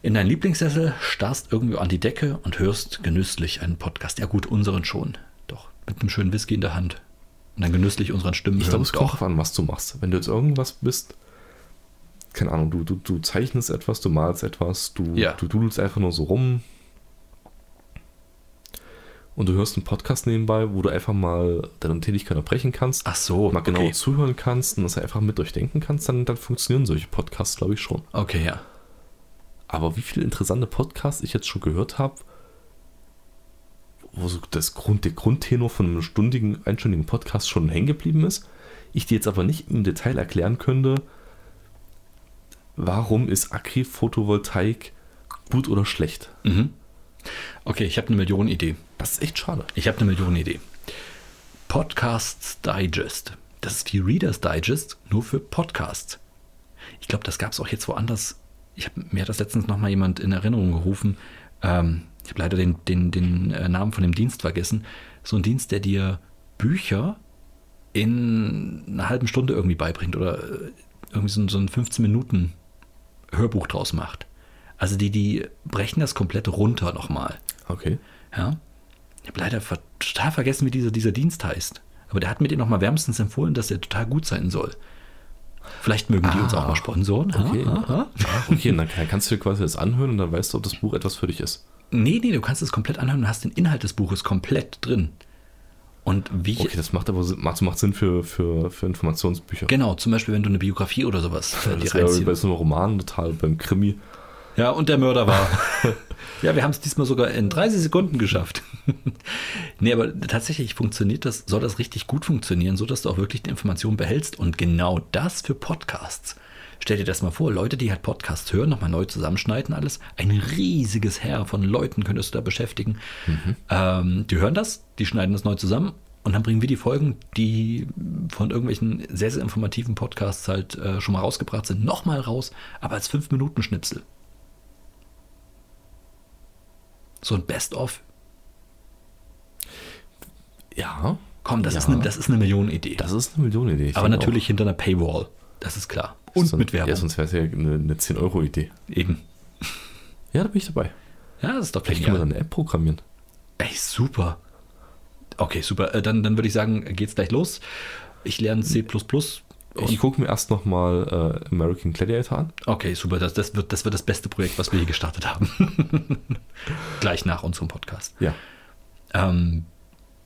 S1: in deinen Lieblingssessel, starrst irgendwo an die Decke und hörst genüsslich einen Podcast. Ja gut, unseren schon. Doch, mit einem schönen Whisky in der Hand. Und dann genüsslich unseren Stimmen.
S2: Ich
S1: hören.
S2: glaube, es kommt
S1: Doch.
S2: auch an, was du machst. Wenn du jetzt irgendwas bist, keine Ahnung, du, du, du zeichnest etwas, du malst etwas, du,
S1: Ja.
S2: du dudelst einfach nur so rum. Und du hörst einen Podcast nebenbei, wo du einfach mal deine Tätigkeit erbrechen kannst,
S1: Ach so,
S2: mal genau
S1: okay.
S2: zuhören kannst und das einfach mit durchdenken kannst, dann, dann funktionieren solche Podcasts, glaube ich, schon.
S1: Okay, ja.
S2: Aber wie viele interessante Podcasts ich jetzt schon gehört habe, wo so das Grund, der Grundtenor von einem stündigen, einstündigen Podcast schon hängen geblieben ist, ich dir jetzt aber nicht im Detail erklären könnte, warum ist Agri-Photovoltaik gut oder schlecht.
S1: Mhm. Okay, ich habe eine Millionenidee.
S2: Das ist echt schade.
S1: Ich habe eine Millionenidee. Podcasts Digest. Das ist wie Readers Digest, nur für Podcasts. Ich glaube, das gab es auch jetzt woanders. Ich hab, mir hat das letztens nochmal jemand in Erinnerung gerufen. Ähm, ich habe leider den, den, den äh, Namen von dem Dienst vergessen. So ein Dienst, der dir Bücher in einer halben Stunde irgendwie beibringt oder äh, irgendwie so, ein- so ein 15-Minuten-Hörbuch draus macht. Also die, die brechen das komplett runter nochmal.
S2: Okay.
S1: Ja. Ich habe leider ver- total vergessen, wie dieser, dieser Dienst heißt. Aber der hat mir den nochmal wärmstens empfohlen, dass der total gut sein soll. Vielleicht mögen die uns
S2: Ah.
S1: auch mal sponsoren. Ha,
S2: Okay.
S1: ha, ha.
S2: Ah, okay, und dann kann- kannst du dir quasi das anhören und dann weißt du, ob das Buch etwas für dich ist.
S1: Nee, nee, du kannst es komplett anhören und hast den Inhalt des Buches komplett drin. Und wie.
S2: Okay, das macht aber Sinn- macht, macht Sinn für, für, für Informationsbücher.
S1: Genau, zum Beispiel, wenn du eine Biografie oder sowas äh, dir
S2: Das wäre
S1: reinziehst.
S2: bei so einem Roman total, beim Krimi.
S1: Ja, und der Mörder war. ja, wir haben es diesmal sogar in 30 Sekunden geschafft. nee, aber tatsächlich funktioniert das, soll das richtig gut funktionieren, sodass du auch wirklich die Information behältst. Und genau das für Podcasts. Stell dir das mal vor, Leute, die halt Podcasts hören, nochmal neu zusammenschneiden, alles. Ein riesiges Heer von Leuten könntest du da beschäftigen. Ähm, die hören das, die schneiden das neu zusammen und dann bringen wir die Folgen, die von irgendwelchen sehr, sehr informativen Podcasts halt äh, schon mal rausgebracht sind, nochmal raus, aber als 5-Minuten-Schnipsel so ein Best-of.
S2: Ja,
S1: Komm, das,
S2: Ja.
S1: ist eine, das ist eine Millionenidee.
S2: das ist eine Millionenidee. Ich
S1: Aber
S2: denke auch.
S1: natürlich hinter einer Paywall. Das ist klar. Und
S2: Sonst-
S1: mit
S2: Ja,
S1: Werbung.
S2: sonst wäre es ja eine, eine 10-Euro-Idee.
S1: Eben.
S2: Ja, da bin ich dabei.
S1: Ja, das ist doch
S2: Vielleicht können
S1: genial.
S2: wir dann eine App programmieren.
S1: Ey, super. Okay, super. Äh, Dann, dann würde ich sagen, geht's gleich los. Ich lerne C.
S2: Ich gucke mir erst nochmal äh, American Gladiator an.
S1: Okay, super. Das, das, wird, das wird das beste Projekt, was wir hier gestartet haben. gleich nach unserem Podcast.
S2: Ja.
S1: Ähm,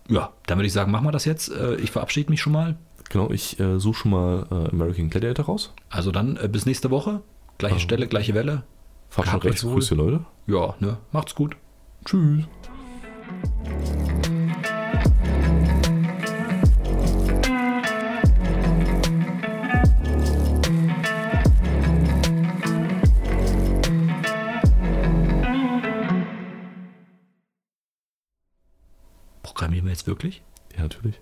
S1: ja, dann würde ich sagen, machen wir das jetzt. Äh, Ich verabschiede mich schon mal.
S2: Genau, ich äh, suche schon mal äh, American Gladiator raus.
S1: Also dann äh, bis nächste Woche. Gleiche Stelle, gleiche Welle.
S2: Fahr schon
S1: Gehabt
S2: recht.
S1: euch wohl.
S2: Grüße, Leute.
S1: Ja, ne? Macht's gut.
S2: Tschüss.
S1: Boah,
S3: Programmieren wir jetzt wirklich?
S1: Ja, natürlich.